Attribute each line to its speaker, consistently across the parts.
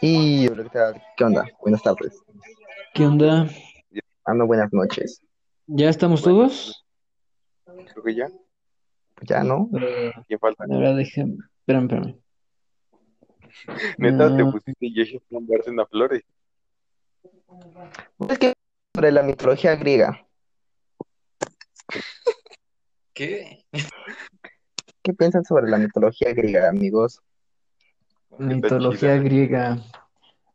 Speaker 1: Y hola, ¿qué tal? ¿Qué onda? Buenas tardes.
Speaker 2: ¿Qué onda?
Speaker 1: Ah, no, buenas noches.
Speaker 2: ¿Ya estamos
Speaker 3: Bueno,
Speaker 2: todos?
Speaker 3: Creo que ya.
Speaker 1: Pues ya, ¿no?
Speaker 2: Eh,
Speaker 3: ¿Qué falta?
Speaker 2: ahora déjame. Espérame, espérame.
Speaker 3: Neta, te
Speaker 1: Mm.
Speaker 2: Ah.
Speaker 3: pusiste Yoshi Plan Bárcena Flores.
Speaker 1: Pues que sobre la mitología griega.
Speaker 4: ¿Qué?
Speaker 1: ¿Qué piensan sobre la mitología griega, amigos?
Speaker 2: Mitología griega.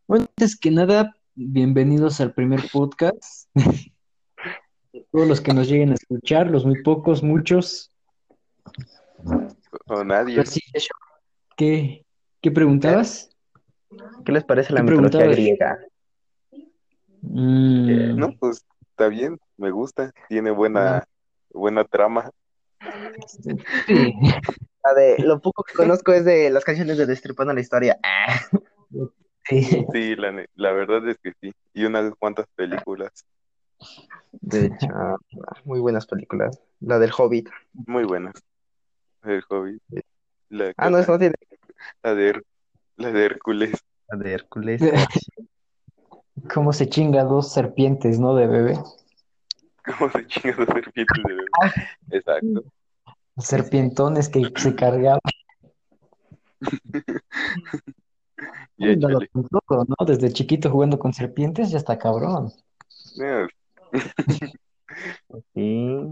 Speaker 2: Bueno, antes que nada, bienvenidos al primer podcast. Todos los que nos lleguen a escuchar, los muy pocos, muchos.
Speaker 3: O nadie.
Speaker 1: pues,
Speaker 2: Pero sí, ¿Qué, qué preguntabas?
Speaker 1: ¿Qué les parece la
Speaker 2: ¿Qué
Speaker 1: mitología
Speaker 2: preguntabas?
Speaker 1: griega?
Speaker 3: Eh,
Speaker 2: Mm,
Speaker 3: No, pues está bien, me gusta. Tiene buena, buena trama.
Speaker 2: sí.
Speaker 1: La de lo poco que conozco es de las canciones de Destripando la Historia. Ah,
Speaker 2: Sí.
Speaker 3: Sí, la, ne- la verdad es que sí. Y unas cuantas películas.
Speaker 1: de hecho, muy buenas películas. La del Hobbit.
Speaker 3: Muy buenas. El Hobbit. La,
Speaker 1: Ah, no, eso no tiene.
Speaker 3: la de, Her- la de Hércules.
Speaker 1: La de Hércules.
Speaker 2: ¿Cómo se chinga dos serpientes, no? De bebé.
Speaker 3: ¿Cómo se chingan los serpientes de bebé?
Speaker 1: Ah.
Speaker 3: Exacto.
Speaker 2: Serpientones que se cargaban.
Speaker 3: Y
Speaker 2: Ándalo
Speaker 3: échale.
Speaker 2: con todo, ¿no? Desde chiquito jugando con serpientes, ya está cabrón.
Speaker 3: No,
Speaker 1: Sí, no.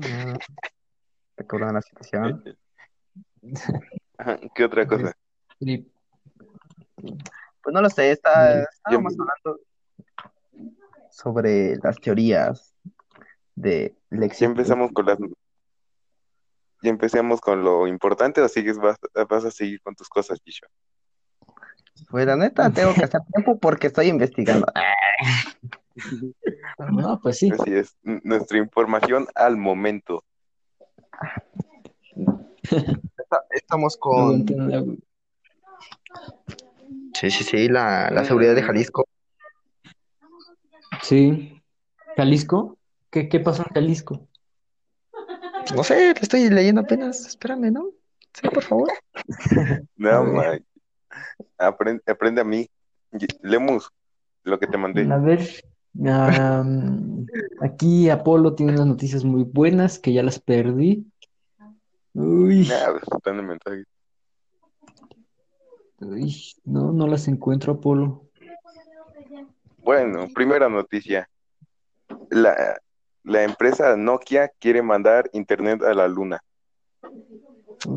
Speaker 1: Te cobran la situación.
Speaker 3: échale. Ajá, ¿Qué otra cosa?
Speaker 2: Y-
Speaker 1: Pues no lo sé, está,
Speaker 2: Sí.
Speaker 1: estábamos hablando sobre las teorías de
Speaker 3: Ya
Speaker 1: Lexi.
Speaker 3: empezamos con las. Ya empezamos con lo importante o sigues vas, vas a seguir con tus cosas, Chicho.
Speaker 1: Pues la neta, tengo que hacer tiempo porque estoy investigando.
Speaker 2: No, pues sí.
Speaker 3: Así es, n- nuestra información al momento.
Speaker 1: Estamos
Speaker 2: No
Speaker 1: con...
Speaker 2: entiendo.
Speaker 1: Sí, sí, sí, la, la seguridad de Jalisco.
Speaker 2: Sí. ¿Jalisco? ¿Qué, qué pasó en Jalisco?
Speaker 1: No sé, lo estoy leyendo apenas. Espérame, ¿no? Sí, por favor.
Speaker 3: No, ma- Aprende, aprende a mí. Y- Lemus, lo que te mandé.
Speaker 2: A ver, am, aquí Apolo tiene unas noticias muy buenas que ya las perdí. Uy,
Speaker 3: Nada, están en mensaje.
Speaker 2: uy, no, no las encuentro, Apolo.
Speaker 3: Bueno, primera noticia. La, la empresa Nokia quiere mandar internet a la luna.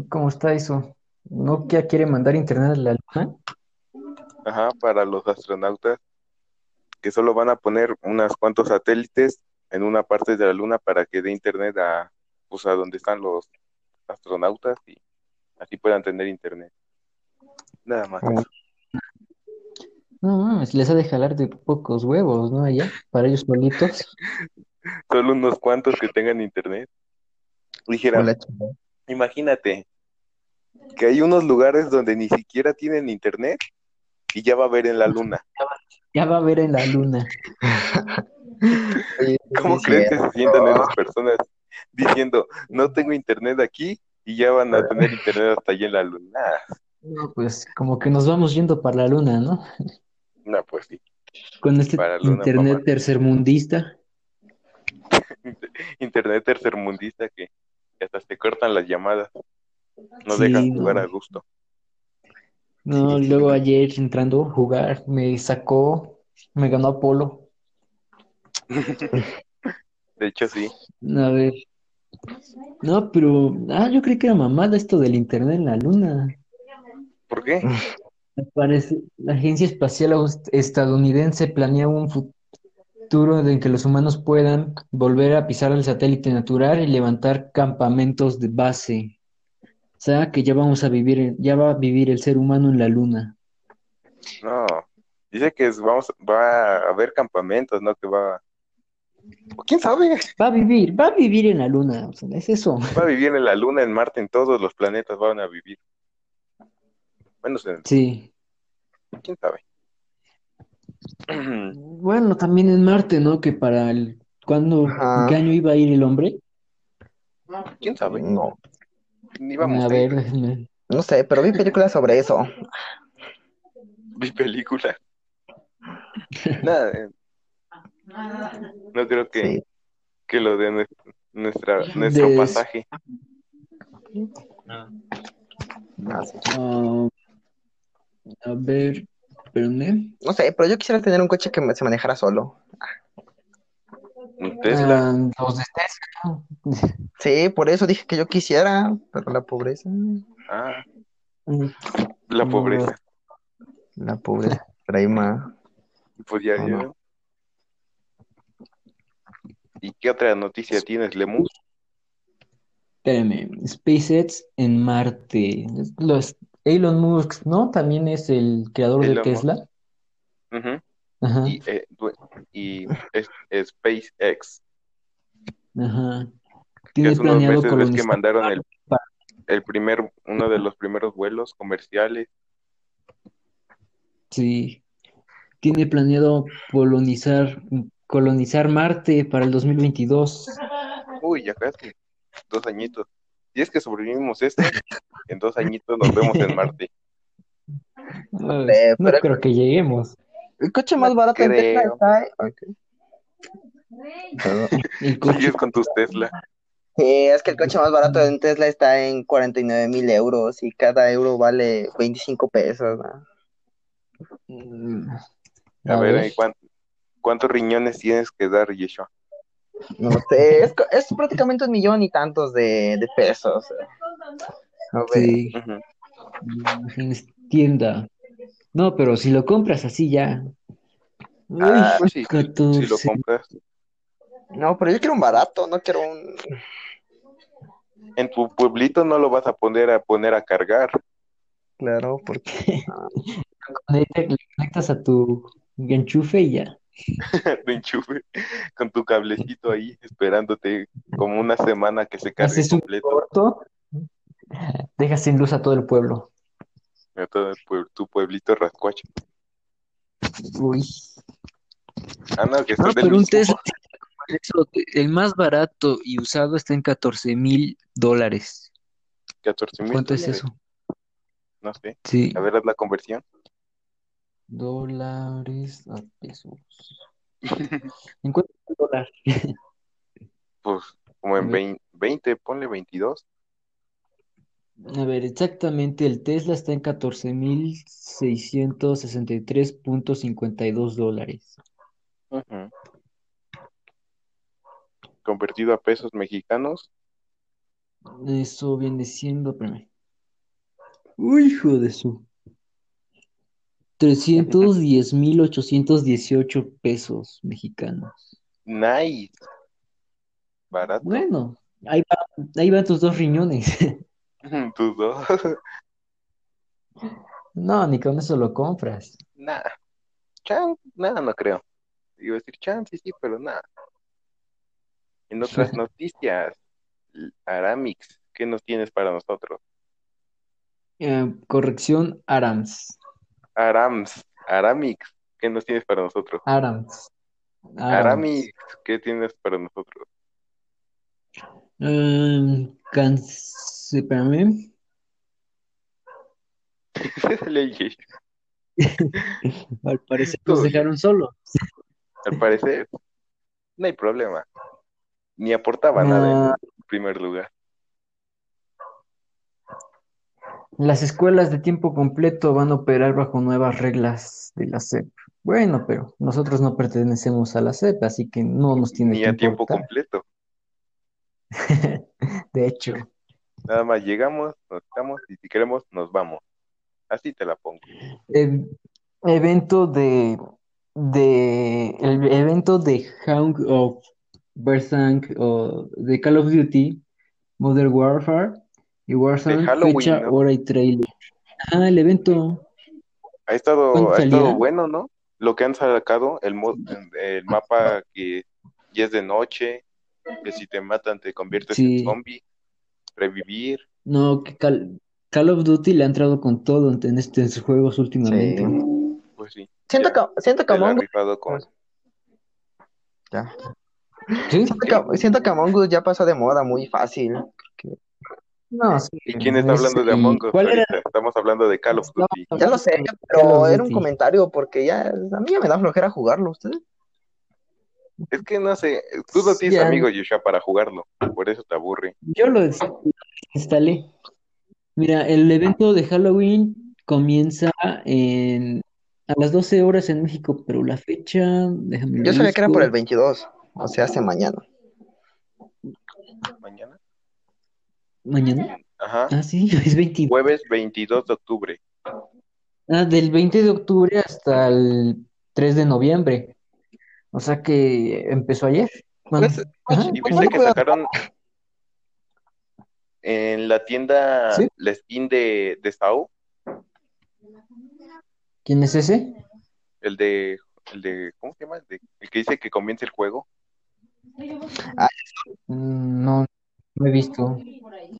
Speaker 2: ¿Cómo está eso? ¿Nokia quiere mandar internet a la luna?
Speaker 3: Ajá, para los astronautas que solo van a poner unos cuantos satélites en una parte de la luna para que dé internet a, pues, a donde están los astronautas y así puedan tener internet. Nada más.
Speaker 2: No mames, les ha de jalar de pocos huevos, ¿no? Allá, para ellos solitos.
Speaker 3: Solo unos cuantos que tengan internet. Dijera,
Speaker 1: Hola, chico.
Speaker 3: imagínate que hay unos lugares donde ni siquiera tienen internet y ya va a haber en la luna.
Speaker 2: Ya va a ver en la luna.
Speaker 1: Sí, sí,
Speaker 3: ¿Cómo
Speaker 1: sí,
Speaker 3: crees que
Speaker 1: sí.
Speaker 3: se sientan esas personas diciendo, no tengo internet aquí y ya van a tener internet hasta allá en la luna?
Speaker 2: No, pues como que nos vamos yendo para la luna, ¿no?
Speaker 3: No, pues sí.
Speaker 2: Con este
Speaker 3: Para Luna
Speaker 2: internet
Speaker 3: Papá.
Speaker 2: tercermundista.
Speaker 3: Internet tercermundista que que hasta te cortan las llamadas. No
Speaker 2: Sí,
Speaker 3: dejan jugar
Speaker 2: no.
Speaker 3: a gusto.
Speaker 2: No, luego ayer entrando a jugar, me sacó, me ganó Apolo.
Speaker 3: De hecho, sí.
Speaker 2: A ver. No, pero, ah, yo creí que era mamada esto del internet en la luna.
Speaker 3: ¿Por qué?
Speaker 2: Mm. Parece, la Agencia Espacial Aust- Estadounidense planea un futuro en el que los humanos puedan volver a pisar el satélite natural y levantar campamentos de base. O sea, que ya vamos a vivir, en- ya va a vivir el ser humano en la luna.
Speaker 3: No. Dice que es- vamos, va a haber campamentos, ¿no? Que va... ¿O ¿Quién sabe?
Speaker 2: Va a vivir, va a vivir en la luna, o sea, es eso.
Speaker 3: Va a vivir en la Luna, en Marte, en todos los planetas van a vivir. Bueno, se-
Speaker 2: Sí.
Speaker 3: quién sabe.
Speaker 2: Bueno, también en Marte, ¿no? Que para el cuando
Speaker 1: Ajá.
Speaker 2: qué año iba a ir el hombre?
Speaker 3: ¿Quién sabe?
Speaker 1: No,
Speaker 3: Ni vamos
Speaker 2: a
Speaker 3: a
Speaker 2: ver,
Speaker 3: ir.
Speaker 2: déjenme-
Speaker 1: no sé, pero vi películas sobre eso.
Speaker 3: Vi película. Nada, eh, no creo que,
Speaker 1: Sí.
Speaker 3: que lo dé nues- nuestra, nuestro
Speaker 2: Des-
Speaker 3: pasaje.
Speaker 1: No sé.
Speaker 2: Ah, a ver, perdón.
Speaker 1: No sé, pero yo quisiera tener un coche que me- se manejara solo.
Speaker 3: Un Tesla.
Speaker 2: Ah, los de Tesla.
Speaker 1: Sí, por eso dije que yo quisiera, pero la pobreza,
Speaker 3: Ah,
Speaker 2: ¿no?
Speaker 3: la
Speaker 2: No,
Speaker 3: pobreza.
Speaker 1: la pobreza trae más.
Speaker 3: Pues ya,
Speaker 1: Ah,
Speaker 3: ya.
Speaker 1: no.
Speaker 3: ¿Y qué otra noticia tienes, Lemus?
Speaker 2: Espérame, SpaceX en Marte. Los, Elon Musk, ¿no? También es el creador de
Speaker 3: Elon Musk.
Speaker 2: Tesla. Ah.
Speaker 3: Ujú.
Speaker 2: Ajá,
Speaker 3: Y, eh, due- y es- es SpaceX,
Speaker 2: ajá.
Speaker 3: que
Speaker 2: Tiene
Speaker 3: hace unos
Speaker 2: planeado
Speaker 3: meses ves que
Speaker 2: colonizar.
Speaker 3: mandaron el, el primer, uno de los primeros vuelos comerciales.
Speaker 2: Sí. Tiene planeado colonizar, colonizar Marte para el 2022.
Speaker 3: Uy, ya casi, dos añitos. Si es que sobrevivimos esto, en dos añitos nos vemos en Marte.
Speaker 1: sé,
Speaker 2: No, no
Speaker 1: Eh, pero-
Speaker 2: creo que lleguemos.
Speaker 1: El coche
Speaker 3: No
Speaker 1: más barato en Tesla
Speaker 3: creo.
Speaker 1: está. ok. Perdón.
Speaker 2: El coche
Speaker 3: Sigues con tus Tesla.
Speaker 1: Sí, es que el coche más barato en Tesla está en 49 mil euros y cada euro vale 25 pesos. ¿no?
Speaker 2: Mm,
Speaker 3: A
Speaker 2: A
Speaker 3: ver,
Speaker 2: ver.
Speaker 3: ¿eh? ¿cuán- ¿cuántos riñones tienes que dar, Yeshua?
Speaker 1: No sé, es, co- es prácticamente un millón y tantos de, de pesos. A ver.
Speaker 2: Sí,
Speaker 3: Ujú.
Speaker 2: en tienda. No, pero si lo compras así ya. Uy,
Speaker 1: Ah,
Speaker 3: Pues sí, si lo
Speaker 2: 14.
Speaker 3: compras
Speaker 1: No, pero yo quiero un barato, no quiero un.
Speaker 3: en tu pueblito, no lo vas a poner a poner a cargar.
Speaker 1: Claro, porque.
Speaker 2: Conecta- Le conectas a tu enchufe y ya.
Speaker 3: de enchufe con tu cablecito ahí esperándote como una semana que se cargue
Speaker 2: Haces un
Speaker 3: completo
Speaker 2: corto, dejas sin luz a todo el pueblo.
Speaker 3: a todo el pue- tu pueblito rascuacho.
Speaker 2: Uy.
Speaker 3: Ah, no, que
Speaker 2: No,
Speaker 3: estás del
Speaker 2: pero un
Speaker 3: mismo.
Speaker 2: Tesla, eso, el más barato y usado está en 14 mil dólares.
Speaker 3: 14 mil
Speaker 2: ¿Cuánto es eso?
Speaker 3: No sé.
Speaker 2: Sí.
Speaker 3: A ver, haz la conversión.
Speaker 2: Dólares a pesos. ¿En cuánto está el dólar?
Speaker 3: Pues como en
Speaker 2: A ver.
Speaker 3: 20, 20, ponle 22.
Speaker 2: A ver, exactamente, el Tesla está en 14.663.52 dólares.
Speaker 3: Ujú. Convertido a pesos mexicanos.
Speaker 2: Eso viene siendo, espérame. Uy, hijo de su. 310.818 pesos mexicanos.
Speaker 3: Nice. Barato.
Speaker 2: Bueno, ahí va- ahí van tus dos riñones.
Speaker 3: Tus dos.
Speaker 2: No, ni con eso lo compras.
Speaker 3: Nada. Chan, nada, no creo. Iba a decir chan, sí, sí, pero nada. En otras noticias, Aramix, ¿qué nos tienes para nosotros?
Speaker 2: Eh, corrección, Arams.
Speaker 3: Arams, Aramix, ¿qué nos tienes para nosotros?
Speaker 2: Arams. Arams.
Speaker 3: Aramix, ¿qué tienes para nosotros?
Speaker 2: Mm, cans- espérame.
Speaker 3: Le dije,
Speaker 2: Al parecer nos
Speaker 3: todo bien.
Speaker 2: dejaron solo.
Speaker 3: Al parecer, no hay problema. Ni aportaba nada en
Speaker 2: Ah,
Speaker 3: primer lugar.
Speaker 2: las escuelas de tiempo completo van a operar bajo nuevas reglas de la SEP. Bueno, pero nosotros no pertenecemos a la SEP, así que no nos tiene
Speaker 3: Ni
Speaker 2: que
Speaker 3: a tiempo
Speaker 2: importar.
Speaker 3: completo.
Speaker 2: De hecho,
Speaker 3: Nada más llegamos, nos estamos y si queremos, nos vamos. Así te la pongo.
Speaker 2: ev- eh, evento de, de el evento de Hound of Berserk o de Call of Duty, Modern Warfare y
Speaker 3: De
Speaker 2: Warzone,
Speaker 3: Halloween,
Speaker 2: fecha,
Speaker 3: ¿no?
Speaker 2: hora y trailer. Ah, el evento.
Speaker 3: Ha estado,
Speaker 2: ¿Cuándo
Speaker 3: ha estado
Speaker 2: salía?
Speaker 3: bueno, ¿no? Lo que han sacado, el, mo- el mapa que ya es de noche, que si te matan te conviertes en
Speaker 2: Sí.
Speaker 3: zombie, revivir.
Speaker 2: No, que Cal- Call of Duty le ha entrado con todo en, en este- en sus juegos últimamente.
Speaker 1: Sí.
Speaker 3: Pues sí,
Speaker 1: Siento
Speaker 3: ya
Speaker 1: que, siento que
Speaker 3: se la ha
Speaker 1: Among Us.
Speaker 3: rifado con.
Speaker 1: Ya.
Speaker 2: Sí,
Speaker 1: Siento
Speaker 3: ¿Qué?
Speaker 1: que, siento que Among Us ya pasó de moda muy fácil.
Speaker 2: No, sí,
Speaker 3: ¿Y quién está hablando de
Speaker 2: este,
Speaker 3: Among Us
Speaker 2: ¿Cuál era?
Speaker 3: ahorita? Estamos hablando de Call of
Speaker 2: No,
Speaker 3: Duty.
Speaker 1: Ya lo sé,
Speaker 2: Ya lo
Speaker 1: pero
Speaker 2: sé,
Speaker 1: era un
Speaker 2: sí.
Speaker 1: comentario porque ya a mí ya me da flojera jugarlo, ¿ustedes?
Speaker 3: Es que no sé, tú no tienes
Speaker 2: Ya.
Speaker 3: amigos, Yusha, para jugarlo. Por eso te aburre.
Speaker 2: Yo lo des- instalé. Mira, el evento de Halloween comienza en a las 12 horas en México, pero la fecha, déjame lo
Speaker 1: Yo sabía que era por el
Speaker 2: busco.
Speaker 1: 22, o sea, hace mañana.
Speaker 3: ¿Mañana?
Speaker 2: mañana.
Speaker 3: Ajá.
Speaker 2: Ah, sí, es 20.
Speaker 3: Jueves 22 de octubre.
Speaker 2: Ah, del 20 de octubre hasta el 3 de noviembre. O sea que empezó ayer. Bueno,
Speaker 1: Pues,
Speaker 2: ajá.
Speaker 3: Y
Speaker 1: ¿Cómo
Speaker 3: viste
Speaker 1: no
Speaker 3: que
Speaker 1: puedo-
Speaker 3: sacaron en la tienda
Speaker 2: Sí.
Speaker 3: la skin de, de Sao,
Speaker 2: ¿Quién es ese?
Speaker 3: el de, el de, ¿cómo se llama? El, de- el que dice que comience el juego.
Speaker 2: Mm, No, no he visto.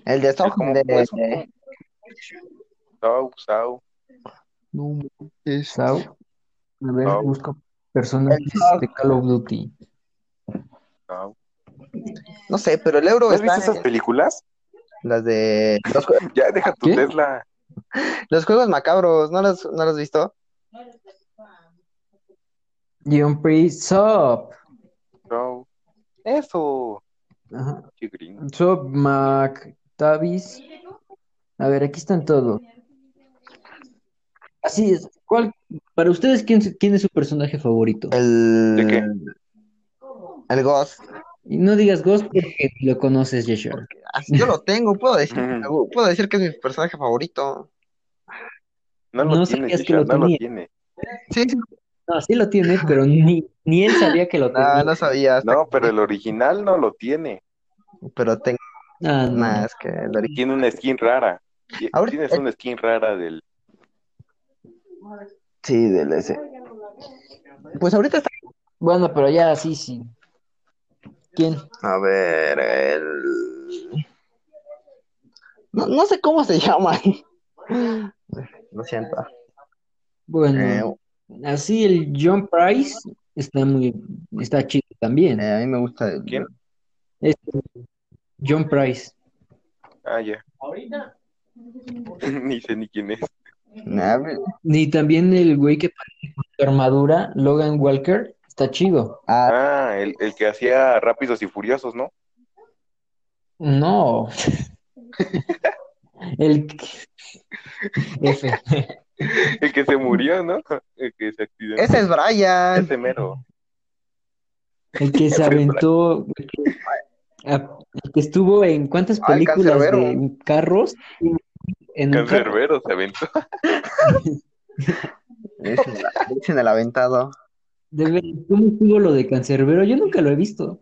Speaker 1: El de Sao,
Speaker 3: Es como-
Speaker 1: de- de-
Speaker 3: es un-
Speaker 1: de-
Speaker 3: Sao, Sao.
Speaker 2: No, Sao. A ver,
Speaker 3: Sao.
Speaker 2: busco personajes
Speaker 1: Sao.
Speaker 2: de Call of Duty.
Speaker 3: Sao.
Speaker 1: no sé, pero el euro
Speaker 3: ¿No has
Speaker 1: Pues está
Speaker 3: visto esas
Speaker 1: en
Speaker 3: películas?
Speaker 1: las de los, jue-
Speaker 3: Ya, deja tu
Speaker 2: ¿Qué?
Speaker 3: Tesla.
Speaker 1: los juegos macabros, ¿no los, no los has visto?
Speaker 2: John Pri Sop.
Speaker 3: Sao. Eso.
Speaker 2: Ajá.
Speaker 3: Qué gringo.
Speaker 2: Sop Mac Tavis. A ver, aquí están todos. Así es. ¿Cuál, para ustedes, quién, es- quién es su personaje favorito?
Speaker 1: El
Speaker 3: ¿De qué?
Speaker 1: el Ghost.
Speaker 2: Y no digas Ghost porque lo conoces, Yeshua.
Speaker 1: Así Ah, Yo lo tengo, puedo decir,
Speaker 3: Ujú.
Speaker 1: puedo decir que es mi personaje favorito.
Speaker 3: No lo
Speaker 2: No
Speaker 3: tiene,
Speaker 2: sabías que
Speaker 3: Yusha,
Speaker 2: lo
Speaker 3: no lo
Speaker 2: tenía.
Speaker 3: tiene.
Speaker 1: Sí, sí,
Speaker 2: No, sí lo tiene, pero ni, ni él sabía que lo
Speaker 1: no, no
Speaker 2: tenía.
Speaker 1: sabía hasta
Speaker 3: No, pero el original no lo tiene.
Speaker 1: que- pero tengo
Speaker 2: Ah, no.
Speaker 1: más que el original.
Speaker 3: Tiene una skin rara. Ti-
Speaker 1: Ahorita-
Speaker 3: Tienes una skin rara del.
Speaker 1: Sí, del ese. Pues ahorita está.
Speaker 2: Bueno, pero ya, sí, sí. ¿Quién?
Speaker 1: A ver, el. No, no sé cómo se llama. Lo siento. Eh,
Speaker 2: Bueno, así el John Price está muy, está chido también.
Speaker 1: eh, a mí me gusta. el-
Speaker 3: ¿Quién?
Speaker 2: Este, John Price.
Speaker 3: Ah, ya. Ni sé ni quién es.
Speaker 1: A ver,
Speaker 2: Ni también el güey que parece con su armadura, Logan Walker, está chido.
Speaker 1: ah,
Speaker 3: Ah, el, el que hacía Rápidos y Furiosos, ¿no?
Speaker 2: No. El F.
Speaker 3: El que se murió, ¿no? El que se accidentó.
Speaker 1: ese es Brian.
Speaker 3: Ese mero.
Speaker 2: El que se aventó, el que, a- el que estuvo en cuántas
Speaker 1: Ah, el
Speaker 2: películas de
Speaker 1: cancerbero.
Speaker 2: carros, en un carro.
Speaker 3: Cancerbero se aventó.
Speaker 1: Ese es el- ese en el aventado.
Speaker 2: De ver- ¿Cómo estuvo lo de Cancerbero? Yo nunca lo he visto.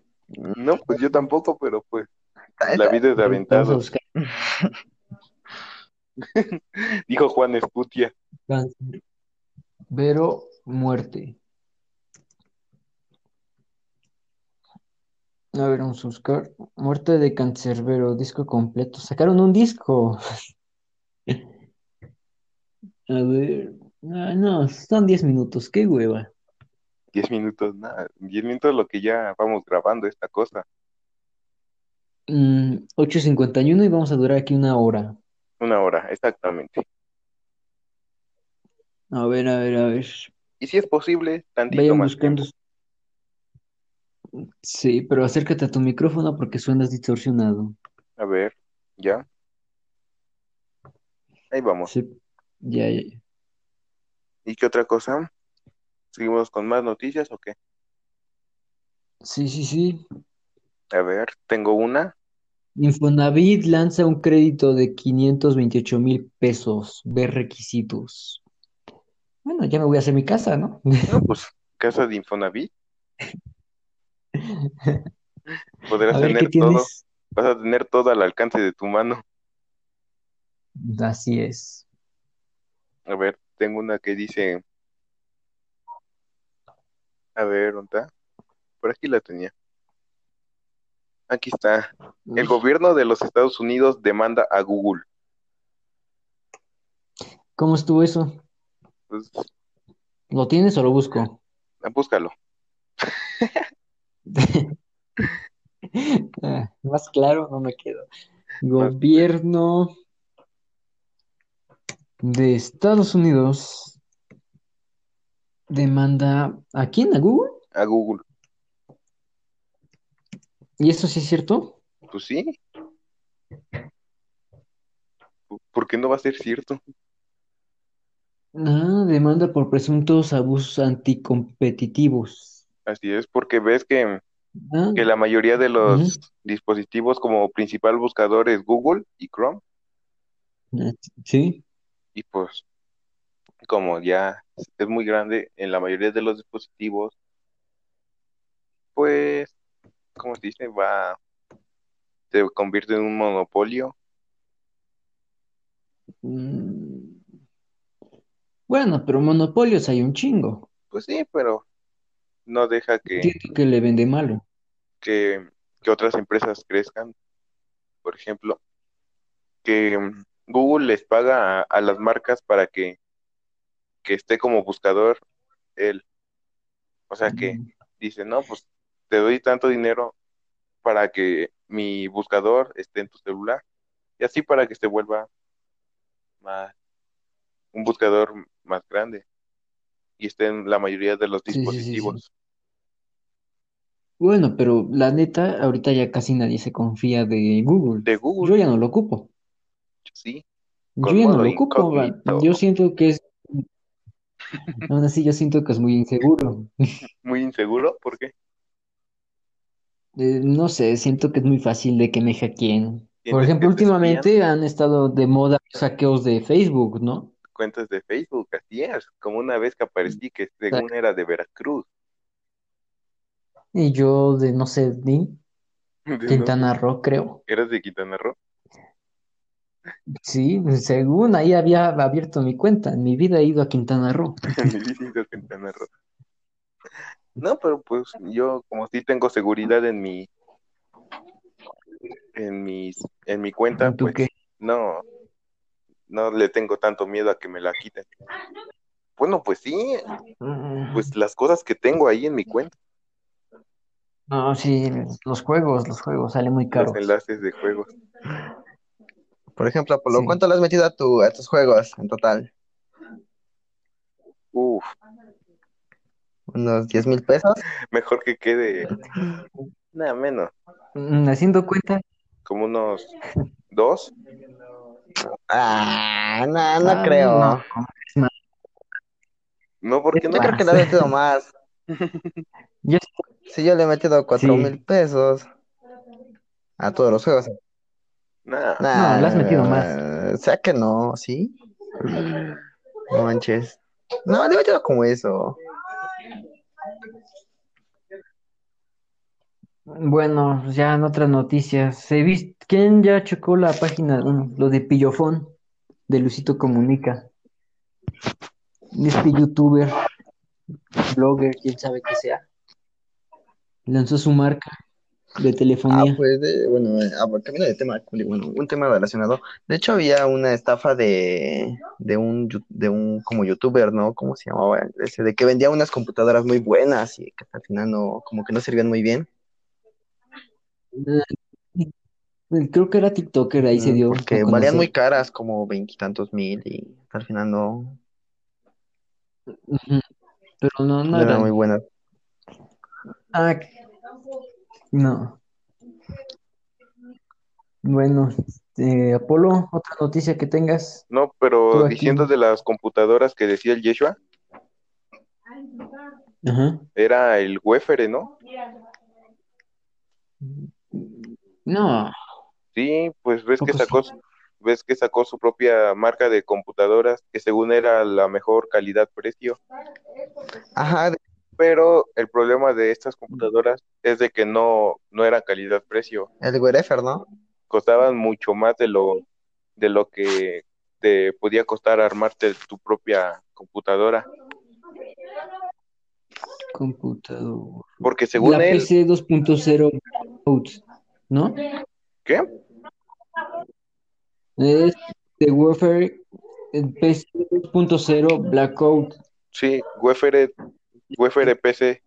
Speaker 3: No, pues yo tampoco, pero pues
Speaker 1: Está-
Speaker 3: la
Speaker 1: está-
Speaker 3: vida es
Speaker 2: Vamos
Speaker 3: de
Speaker 2: a
Speaker 3: aventado.
Speaker 2: buscar
Speaker 3: Dijo Juan Escutia.
Speaker 2: Cancerbero muerte. A ver, vamos a buscar. Muerte de Cancerbero, disco completo. Sacaron un disco. A ver. Ah, no, son 10 minutos. Qué hueva.
Speaker 3: Diez minutos, nada. Diez minutos lo que ya vamos grabando esta cosa.
Speaker 2: Mm, 8.51 y vamos a durar aquí una hora.
Speaker 3: Una hora, exactamente.
Speaker 2: A ver, a ver, a ver.
Speaker 3: Y si es posible, tantito
Speaker 2: Vayan
Speaker 3: más
Speaker 2: buscando.
Speaker 3: tiempo.
Speaker 2: Sí, pero acércate a tu micrófono porque suenas distorsionado.
Speaker 3: A ver, ya. Ahí vamos.
Speaker 2: Sí, ya, ya. ya.
Speaker 3: ¿Y qué otra cosa? ¿Seguimos con más noticias o qué?
Speaker 2: Sí, sí, sí.
Speaker 3: A ver, tengo una.
Speaker 2: Infonavit lanza un crédito de 528 mil pesos. Ver requisitos. Bueno, ya me voy a hacer mi casa, ¿no?
Speaker 3: No, pues, casa de Infonavit. Podrás
Speaker 2: A ver qué
Speaker 3: tener todo,
Speaker 2: tienes.
Speaker 3: vas a tener todo al alcance de tu mano.
Speaker 2: Así es.
Speaker 3: A ver, tengo una que dice, a ver, ¿dónde está? Por aquí la tenía. Aquí está. El gobierno de los Estados Unidos demanda a Google.
Speaker 2: ¿Cómo estuvo eso?
Speaker 3: Pues,
Speaker 2: ¿Lo tienes o lo busco?
Speaker 3: búscalo.
Speaker 2: Ah, Más claro no me quedo. Gobierno de Estados Unidos demanda ¿a quién? ¿A Google?
Speaker 3: A Google.
Speaker 2: ¿Y esto sí es cierto?
Speaker 3: Pues sí. ¿Por qué no va a ser cierto?
Speaker 2: Ah, demanda por presuntos abusos anticompetitivos.
Speaker 3: Así es, porque ves que,
Speaker 2: Ah,
Speaker 3: que la mayoría de los
Speaker 2: Ujú.
Speaker 3: dispositivos como principal buscador es Google y Chrome,
Speaker 2: sí.
Speaker 3: y pues como ya es muy grande en la mayoría de los dispositivos, pues, como se dice, va, se convierte en un monopolio.
Speaker 2: Mm. Bueno, pero monopolios hay un chingo.
Speaker 3: Pues sí, pero no deja que,
Speaker 2: Entiendo que le vende malo.
Speaker 3: que, que otras empresas crezcan. Por ejemplo, que mm, Google les paga a, a las marcas para que, que esté como buscador él. O sea que
Speaker 2: Mm.
Speaker 3: dice, no, pues te doy tanto dinero para que mi buscador esté en tu celular. Y así para que se vuelva más, un buscador más grande y esté en la mayoría de los
Speaker 2: Sí, sí, sí, sí.
Speaker 3: dispositivos.
Speaker 2: Bueno, pero la neta, ahorita ya casi nadie se confía de Google.
Speaker 3: De
Speaker 2: Yo
Speaker 3: Google,
Speaker 2: ya no lo ocupo.
Speaker 3: sí,
Speaker 2: Yo
Speaker 3: con
Speaker 2: ya no
Speaker 3: modo
Speaker 2: lo ocupo. va.
Speaker 3: incógnito.
Speaker 2: Yo siento que es, aún así yo siento que es muy inseguro.
Speaker 3: Muy inseguro, ¿por qué?
Speaker 2: Eh, no sé, siento que es muy fácil de que me hackeen. Por
Speaker 3: Sientes que
Speaker 2: ejemplo,
Speaker 3: te espían
Speaker 2: últimamente han estado de moda los hackeos de Facebook, ¿no?
Speaker 3: cuentas de Facebook, así es, como una vez que aparecí que según
Speaker 2: Exacto.
Speaker 3: era de Veracruz,
Speaker 2: Y yo de, no sé, de
Speaker 3: de no sé,
Speaker 2: Quintana Roo, creo.
Speaker 3: eras de Quintana Roo.
Speaker 2: Sí, pues, según ahí había abierto mi cuenta, en mi vida he ido a Quintana Roo.
Speaker 3: Mi vida es de Quintana Roo. No, pero pues yo como sí tengo seguridad en mi, en mis, en mi cuenta,
Speaker 2: ¿Tú qué?
Speaker 3: pues no, no le tengo tanto miedo a que me la quiten. Bueno, pues sí,
Speaker 2: Mm,
Speaker 3: pues las cosas que tengo ahí en mi cuenta,
Speaker 2: No, sí, los juegos, los juegos salen muy
Speaker 3: los
Speaker 2: caros.
Speaker 3: enlaces de juegos,
Speaker 1: Por ejemplo, Apolo,
Speaker 2: Sí.
Speaker 1: ¿cuánto le has metido a, tu, a tus juegos en total?
Speaker 3: uff,
Speaker 1: ¿Unos 10 mil pesos?
Speaker 3: mejor que quede nada menos,
Speaker 2: Mm, Haciendo cuenta,
Speaker 3: como unos dos,
Speaker 1: Ah, no, no
Speaker 2: ah, no,
Speaker 1: creo.
Speaker 2: es más,
Speaker 3: no, ¿por
Speaker 2: es
Speaker 3: qué
Speaker 1: Yo
Speaker 3: no?
Speaker 1: creo que le
Speaker 2: más.
Speaker 1: has metido más.
Speaker 2: Yo
Speaker 1: Si yo le he metido 4
Speaker 2: sí,
Speaker 1: mil pesos a todos los juegos.
Speaker 3: Nada.
Speaker 2: no, le has metido más.
Speaker 1: Nah, o sea que no, ¿sí? No manches. No, le he metido como eso.
Speaker 2: Bueno, pues ya en otras noticias, ¿se vis- ¿Quién ya chocó la página? Bueno, lo de Pillofón, de Luisito Comunica. Este youtuber, blogger, quién sabe qué sea, lanzó su marca de
Speaker 1: Ah,
Speaker 2: telefonía.
Speaker 1: pues, de- bueno, eh, ah, cambiando de tema, Juli, bueno, un tema relacionado. De hecho, había una estafa de, de un, yu- de un, como youtuber, ¿no? ¿Cómo se llamaba? Ese, de que vendía unas computadoras muy buenas y que al final no, como que no servían muy bien.
Speaker 2: Eh, Creo que era TikToker, ahí se
Speaker 1: Mm,
Speaker 2: dio a
Speaker 1: Porque valían muy
Speaker 2: conocer.
Speaker 1: caras, como veintitantos mil, y al final no,
Speaker 2: Ujú, Pero no, no
Speaker 1: no eran muy
Speaker 2: eran.
Speaker 1: buenas.
Speaker 2: Ah, no. Bueno, eh, Apolo, otra noticia que tengas,
Speaker 3: No, pero
Speaker 2: tú
Speaker 3: diciendo
Speaker 2: aquí.
Speaker 3: de las computadoras que decía el Yeshua,
Speaker 2: Ajá.
Speaker 3: era el Wefere, ¿no?
Speaker 2: No,
Speaker 3: Sí, pues ves que
Speaker 2: poco sí.
Speaker 3: sacó, ves que sacó su propia marca de computadoras, que según era la mejor calidad-precio,
Speaker 1: Ajá, de-
Speaker 3: pero el problema de
Speaker 2: Mm.
Speaker 3: estas computadoras es de que no, no eran calidad-precio,
Speaker 1: el Werefer, ¿no?
Speaker 3: costaban mucho más de lo, de lo que te podía costar armarte tu propia computadora,
Speaker 2: Computador.
Speaker 3: porque según
Speaker 2: La
Speaker 3: él,
Speaker 2: PC 2.0 Out, ¿no?
Speaker 3: ¿qué?
Speaker 2: Es The Warfare el PC 2.0 Blackout.
Speaker 3: Sí, Wefere, Wefere PC,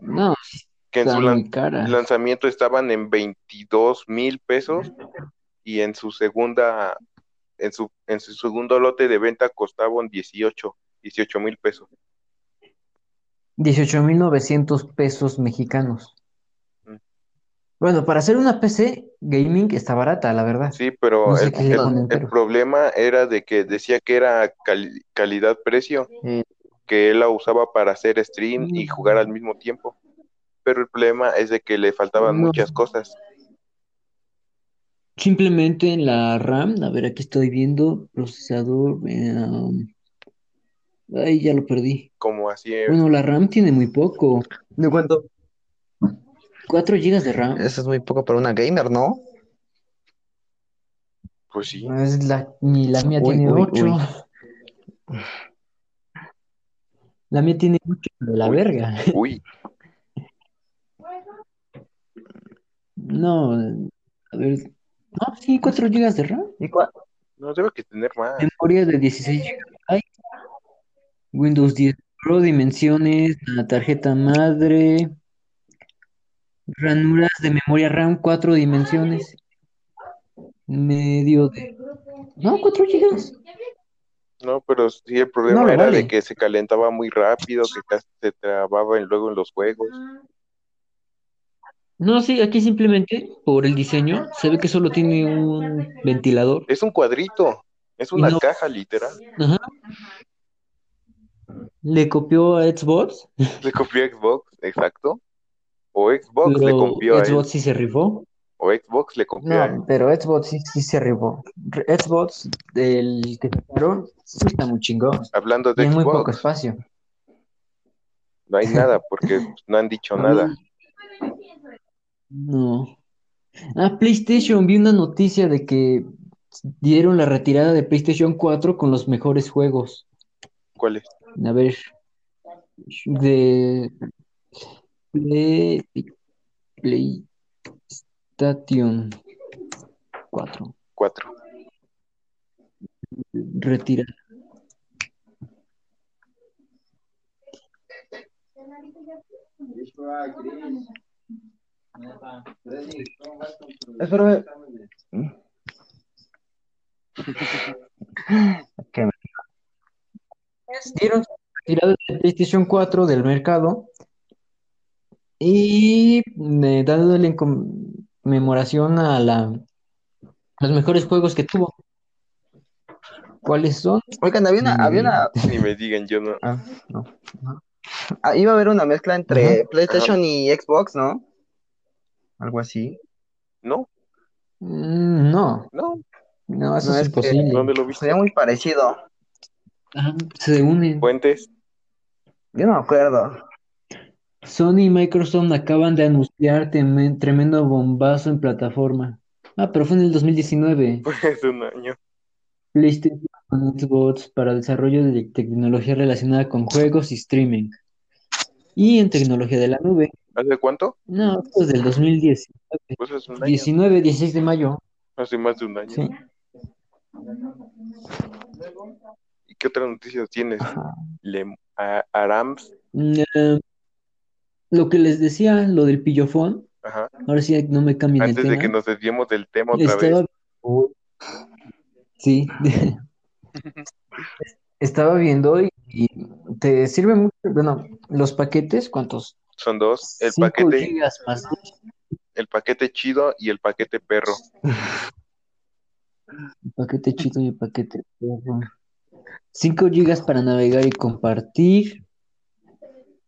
Speaker 2: No.
Speaker 3: que en
Speaker 2: Está
Speaker 3: su lan-
Speaker 2: muy cara.
Speaker 3: lanzamiento estaban en 22 mil pesos y en su segunda, en su, en su segundo lote de venta costaban 18, 18 mil pesos.
Speaker 2: 18.900 pesos mexicanos.
Speaker 3: Mm.
Speaker 2: Bueno, para hacer una PC gaming está barata, la verdad.
Speaker 3: Sí, pero
Speaker 2: No sé
Speaker 3: el,
Speaker 2: qué le
Speaker 3: el-
Speaker 2: ponen,
Speaker 3: el
Speaker 2: pero-
Speaker 3: problema era de que decía que era cali- calidad-precio,
Speaker 1: Mm.
Speaker 3: que él la usaba para hacer stream
Speaker 2: Mm.
Speaker 3: y jugar al mismo tiempo. Pero el problema es de que le faltaban
Speaker 2: No.
Speaker 3: muchas cosas.
Speaker 2: Simplemente en la RAM, a ver, aquí estoy viendo procesador. eh, um, ay, ya lo perdí.
Speaker 3: Como así, eh,
Speaker 2: Bueno, la RAM tiene muy poco.
Speaker 1: ¿De cuánto?
Speaker 2: 4 GB de RAM.
Speaker 1: Eso es muy poco para una gamer, ¿no?
Speaker 3: pues sí,
Speaker 2: No es la, ni la mía
Speaker 1: Uy,
Speaker 2: tiene
Speaker 1: uy,
Speaker 2: 8. La mía tiene 8 de la
Speaker 3: Uy.
Speaker 2: verga.
Speaker 3: uy,
Speaker 2: No, a ver. No, sí, 4 GB de RAM.
Speaker 1: ¿Y cuál?
Speaker 3: no debe que tener más.
Speaker 2: Memoria de 16 GB. Windows 10 Pro, dimensiones, la tarjeta madre. Ranuras de memoria RAM, 4 dimensiones. Medio de. No, 4 GB.
Speaker 3: No, pero sí, el problema
Speaker 2: No lo
Speaker 3: era de
Speaker 2: vale.
Speaker 3: que se calentaba muy rápido, que casi se trababa en- luego en los juegos.
Speaker 2: No, sí, aquí simplemente por el diseño se ve que solo tiene un ventilador.
Speaker 3: Es un cuadrito, es
Speaker 2: Y
Speaker 3: una
Speaker 2: no-
Speaker 3: caja literal.
Speaker 2: Ajá. Le copió a Xbox,
Speaker 3: Le copió a Xbox, exacto. O Xbox le
Speaker 2: pero
Speaker 3: copió a él,
Speaker 2: Xbox sí se rifó.
Speaker 3: O Xbox le copió a él.
Speaker 2: No, pero Xbox sí, sí se rifó. Re- Xbox, el que sacaron, sí está muy chingón.
Speaker 3: Hablando de
Speaker 2: Tiene muy poco
Speaker 3: Xbox,
Speaker 2: espacio.
Speaker 3: no hay nada porque no han dicho
Speaker 2: No.
Speaker 3: nada.
Speaker 2: Ah, No. Ah, PlayStation, vi una noticia de que dieron la retirada de PlayStation 4 con los mejores juegos.
Speaker 3: ¿Cuál es?
Speaker 2: A ver, de Play, PlayStation 4,
Speaker 3: Cuatro.
Speaker 2: retira.
Speaker 1: Espérame. Que me-
Speaker 2: Dieron su retirada de PlayStation 4 del mercado y eh, dándole en conmemoración a la, los mejores juegos que tuvo. ¿Cuáles son?
Speaker 1: Oigan, había una, había una,
Speaker 3: Ni me digan, yo no.
Speaker 1: Ah, no. Ah, iba a haber una mezcla entre PlayStation y Xbox, ¿no? Algo así.
Speaker 3: No,
Speaker 2: Mm, No,
Speaker 3: no,
Speaker 2: no, eso
Speaker 1: No, es
Speaker 2: es
Speaker 1: que-
Speaker 2: imposible.
Speaker 3: ¿dónde lo viste?
Speaker 1: Sería muy parecido.
Speaker 2: Ajá, se unen.
Speaker 3: Fuentes,
Speaker 1: Yo no me acuerdo.
Speaker 2: Sony y Microsoft acaban de anunciar temen- tremendo bombazo en plataforma. Ah, pero fue en el 2019.
Speaker 3: pues un año.
Speaker 2: PlayStation con Xbox para desarrollo de tecnología relacionada con juegos y streaming. Y en tecnología de la nube.
Speaker 3: ¿Hace cuánto?
Speaker 2: No, esto es del 2019,
Speaker 3: Pues hace un año.
Speaker 2: 19, 16 de mayo.
Speaker 3: Hace más de un año.
Speaker 2: Sí.
Speaker 3: ¿Y qué otras noticias tienes?
Speaker 2: Ajá.
Speaker 3: Le, a- Arams,
Speaker 2: Mm, eh, lo que les decía, lo del pillofón.
Speaker 3: ajá.
Speaker 2: Ahora sí, no me cambien el
Speaker 3: Antes de
Speaker 2: tema.
Speaker 3: que nos desviemos del tema otra
Speaker 2: Estaba-
Speaker 3: vez.
Speaker 2: Sí. Estaba viendo y, y te sirve mucho, bueno, los paquetes, ¿cuántos?
Speaker 3: Son dos, el
Speaker 2: 5
Speaker 3: paquete,
Speaker 2: gigas más dos.
Speaker 3: el paquete chido y el paquete perro.
Speaker 2: El paquete chido y el paquete perro. 5 gigas para navegar y compartir.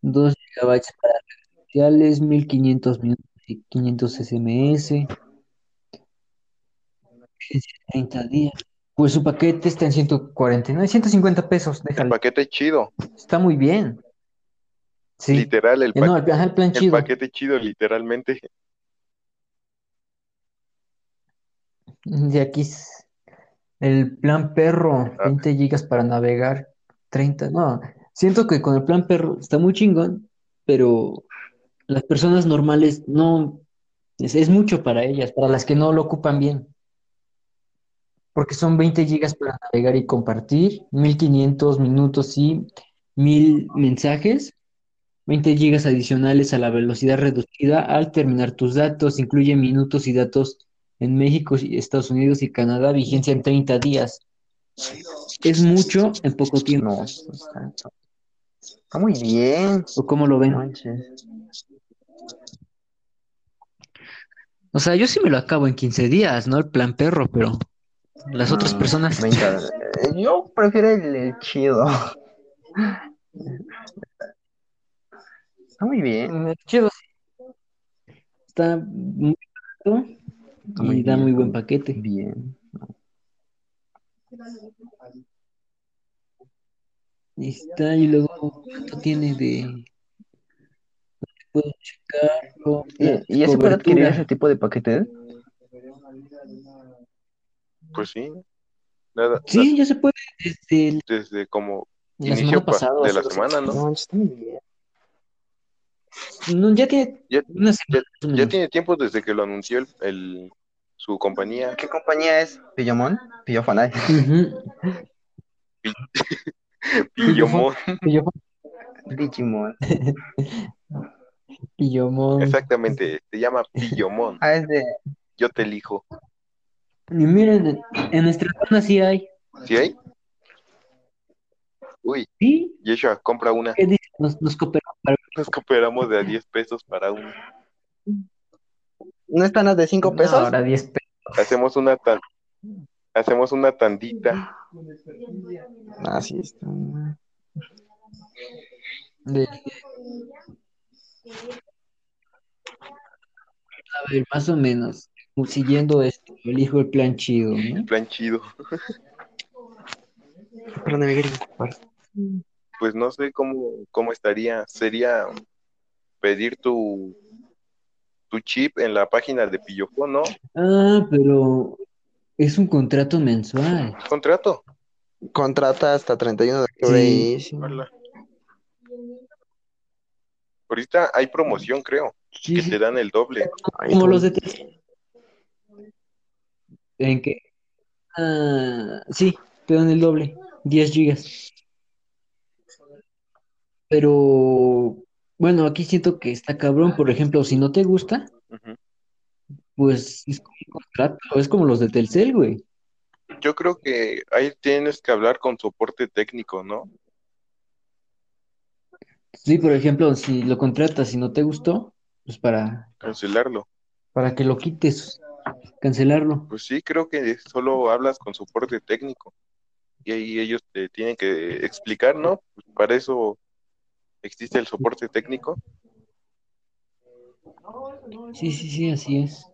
Speaker 2: 2 gigabytes para redes sociales, 1500 minutos y 500 SMS. 30 días. Pues su paquete está en 149, 150 pesos,
Speaker 3: El
Speaker 2: déjalo.
Speaker 3: paquete chido,
Speaker 2: Está muy bien. Sí.
Speaker 3: literal, el,
Speaker 2: Eh,
Speaker 3: pa-
Speaker 2: No, el plan, el plan
Speaker 3: el
Speaker 2: chido.
Speaker 3: paquete chido, literalmente.
Speaker 2: De aquí es el plan perro,
Speaker 3: Ah.
Speaker 2: 20 gigas para navegar, 30. No, siento que con el plan perro está muy chingón, pero las personas normales no, es, es mucho para ellas, para las que no lo ocupan bien. Porque son 20 gigas para navegar y compartir, 1500 minutos y 1000 mensajes, 20 gigas adicionales a la velocidad reducida al terminar tus datos. Incluye minutos y datos en México, Estados Unidos y Canadá. Vigencia en 30 días. Es mucho en poco tiempo.
Speaker 1: No, está, está muy bien.
Speaker 2: ¿O cómo lo
Speaker 1: No
Speaker 2: ven?
Speaker 1: manches.
Speaker 2: O sea, yo sí me lo acabo en 15 días, ¿no? El plan perro, pero las otras
Speaker 1: Mm,
Speaker 2: personas...
Speaker 1: 30. Eh, Yo prefiero el, el chido. Está muy bien.
Speaker 2: Mm, Chido, sí. Está muy barato
Speaker 1: Está
Speaker 2: y
Speaker 1: muy
Speaker 2: da
Speaker 1: bien,
Speaker 2: muy
Speaker 1: está
Speaker 2: buen
Speaker 1: muy
Speaker 2: paquete.
Speaker 1: Bien.
Speaker 2: Y está, y luego, ¿cuánto tiene de...? Puedo checarlo. la
Speaker 1: ¿Y, y es para adquirir
Speaker 2: cobertura.
Speaker 1: ese tipo de paquetes?
Speaker 3: Pues sí. Nada,
Speaker 2: Sí, ya se puede desde el-
Speaker 3: desde como
Speaker 2: la
Speaker 3: inicio
Speaker 2: semana
Speaker 3: pa-
Speaker 2: pasada. o
Speaker 3: de
Speaker 2: sea,
Speaker 3: la semana, ¿no?
Speaker 1: está muy bien.
Speaker 2: no, ya tiene
Speaker 3: Ya-
Speaker 2: una semana. más o
Speaker 3: Ya
Speaker 2: menos.
Speaker 3: tiene tiempo desde que lo anunció el, el- su compañía.
Speaker 1: ¿Qué compañía es? ¿Pillomón? Pillofanay.
Speaker 2: Ujú.
Speaker 3: Pillomón.
Speaker 2: Pillomón.
Speaker 1: Digimon.
Speaker 2: Pillomón.
Speaker 3: Exactamente. Se llama Pillomón.
Speaker 1: Ah, es de.
Speaker 3: Yo te elijo.
Speaker 2: Y miren, en- en nuestra zona sí hay.
Speaker 3: ¿Sí hay? Uy,
Speaker 2: Sí,
Speaker 3: Yeshua, compra una.
Speaker 2: ¿qué dice? Nos, nos cooperamos para
Speaker 3: Nos cooperamos de a 10 pesos para una.
Speaker 1: ¿No están las de 5
Speaker 2: No,
Speaker 1: pesos?
Speaker 2: ahora 10 pesos.
Speaker 3: Hacemos una tan... Hacemos una tandita.
Speaker 1: Ah, sí, están.
Speaker 2: de- a ver, más o menos. Siguiendo esto, elijo el plan chido, ¿no?
Speaker 3: Plan chido.
Speaker 1: Perdóname, Gris.
Speaker 3: Pues no sé cómo, cómo estaría. Sería pedir tu, tu chip en la página de Pillofón, ¿no?
Speaker 2: Ah, pero es un contrato mensual.
Speaker 3: Contrato.
Speaker 1: Contrata hasta 31 de octubre.
Speaker 2: Sí.
Speaker 1: y- sí.
Speaker 3: Hola. Ahorita hay promoción, creo,
Speaker 2: Sí,
Speaker 3: que
Speaker 2: sí,
Speaker 3: te dan el doble.
Speaker 1: Ay,
Speaker 2: como los
Speaker 1: tú.
Speaker 2: de Tesla. ¿En qué? Ah, sí, pero en el doble, 10 gigas. Pero bueno, aquí siento que está cabrón. Por ejemplo, si no te gusta,
Speaker 3: Ujú.
Speaker 2: pues es como un contrato, es como los de Telcel, güey.
Speaker 3: Yo creo que ahí tienes que hablar con soporte técnico, ¿no?
Speaker 2: Sí, por ejemplo, si lo contratas y no te gustó, pues para,
Speaker 3: Cancelarlo.
Speaker 2: para que lo quites, cancelarlo.
Speaker 3: Pues sí, creo que solo hablas con soporte técnico. Y ahí ellos te tienen que explicar, ¿no? Pues para eso existe el soporte técnico.
Speaker 2: Sí, sí, sí, así es.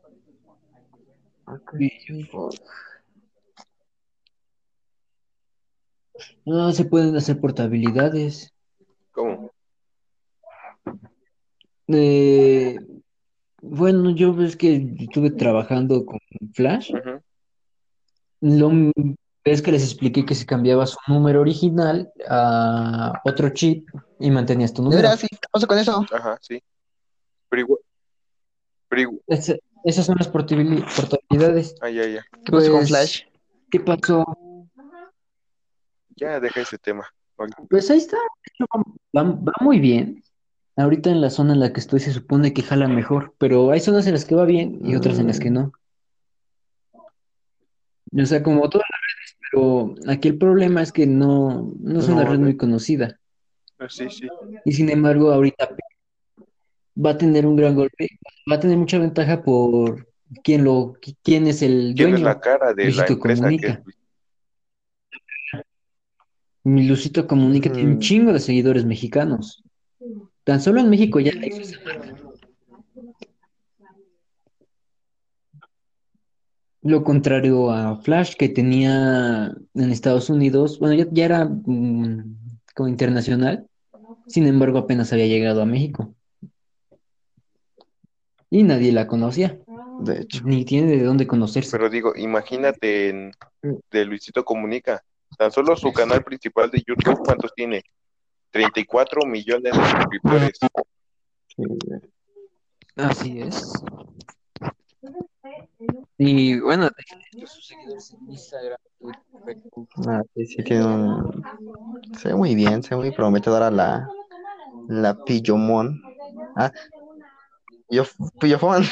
Speaker 2: No, se pueden hacer portabilidades.
Speaker 3: ¿Cómo?
Speaker 2: Eh, bueno, yo ves que estuve trabajando con Flash.
Speaker 3: Ujú.
Speaker 2: Lo m- es que les expliqué que si cambiabas un número original a otro chip y mantenías tu
Speaker 1: De
Speaker 2: número.
Speaker 1: veras, sí, ¿qué pasa con eso?
Speaker 3: Ajá, sí. Pero igual. Pero igual.
Speaker 2: Esa- esas son las portabili- portabilidades.
Speaker 3: Ah, ya, ya.
Speaker 1: ¿Qué pasó con
Speaker 2: Pues,
Speaker 1: Flash?
Speaker 2: ¿Qué pasó?
Speaker 3: Ya deja ese tema.
Speaker 2: Pues ahí está. De hecho, Va, va muy bien. Ahorita en la zona en la que estoy se supone que jala mejor, pero hay zonas en las que va bien y otras en las que no. O sea, como todas las redes, pero aquí el problema es que no, no es una
Speaker 3: No,
Speaker 2: red
Speaker 3: no.
Speaker 2: muy conocida.
Speaker 3: Ah, sí, sí.
Speaker 2: Y sin embargo, ahorita va a tener un gran golpe, va a tener mucha ventaja por quién lo, quién es el
Speaker 3: ¿Quién es
Speaker 2: dueño.
Speaker 3: la cara de la
Speaker 2: Luisito
Speaker 3: empresa que
Speaker 2: Comunica. Mi Lucito Comunica tiene un
Speaker 1: Mm.
Speaker 2: chingo de seguidores mexicanos. Tan solo en México ya la hizo esa marca. Lo contrario a Flash, que tenía en Estados Unidos, bueno, ya, ya era mm, como internacional, sin embargo, apenas había llegado a México. Y nadie la conocía,
Speaker 1: De hecho.
Speaker 2: ni tiene de dónde conocerse.
Speaker 3: Pero digo, imagínate en-
Speaker 2: Mm.
Speaker 3: de Luisito Comunica. Tan solo su canal principal de YouTube, ¿cuántos tiene? 34 millones de suscriptores.
Speaker 1: sí.
Speaker 2: Así es. Y bueno, sus seguidores en Instagram, Twitter, Facebook.
Speaker 1: Ah, sí, sí, tiene un... Se ve muy bien, se ve muy prometedora la, la Pillomon. Ah, Pillof Pillofón.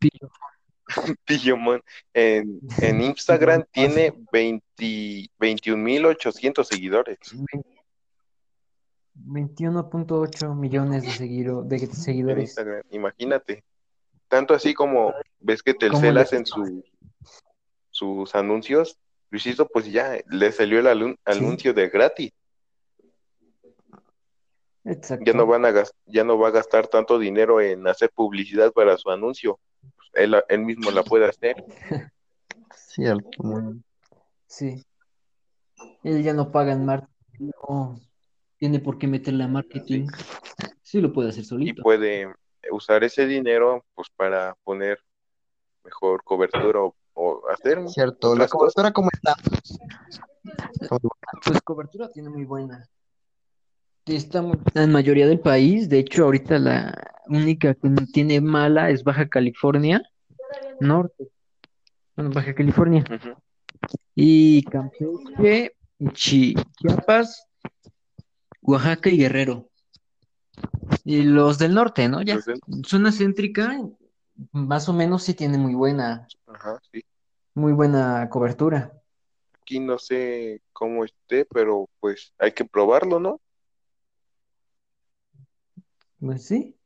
Speaker 2: Pillo.
Speaker 3: Pillomon en, en Instagram tiene 20 21.800 seguidores.
Speaker 2: 21.8 millones de, seguido- de
Speaker 3: en
Speaker 2: seguidores.
Speaker 3: Instagram. Imagínate. Tanto así como ves que Telcel
Speaker 2: ¿Cómo
Speaker 3: hacen su, sus anuncios, Luisito, pues ya le salió el alun- anuncio de gratis.
Speaker 2: Exacto.
Speaker 3: Ya no, van a gas- ya no va a gastar tanto dinero en hacer publicidad para su anuncio. Él, él mismo la puede hacer.
Speaker 1: Cierto, muy bien.
Speaker 2: Sí. Él ya no paga en marketing. No tiene por qué meterle a marketing. Sí lo puede hacer
Speaker 3: Y
Speaker 2: solito.
Speaker 3: puede usar ese dinero pues para poner mejor cobertura o, o hacer
Speaker 1: Cierto, la
Speaker 3: Otras
Speaker 1: cobertura cómo está.
Speaker 2: Pues cobertura tiene muy buena. Está muy- en mayoría del país. De hecho, ahorita la única que no tiene mala es Baja California Norte. Bueno, Baja California.
Speaker 3: Ujú.
Speaker 2: Y Campeche, Chi- Chiapas, Oaxaca y Guerrero. Y los del norte, ¿no? Ya.
Speaker 3: Entonces,
Speaker 2: Zona céntrica, más o menos sí tiene muy buena,
Speaker 3: ajá, sí.
Speaker 2: muy buena cobertura.
Speaker 3: Aquí no sé cómo esté, pero pues hay que probarlo, ¿no?
Speaker 2: Pues sí.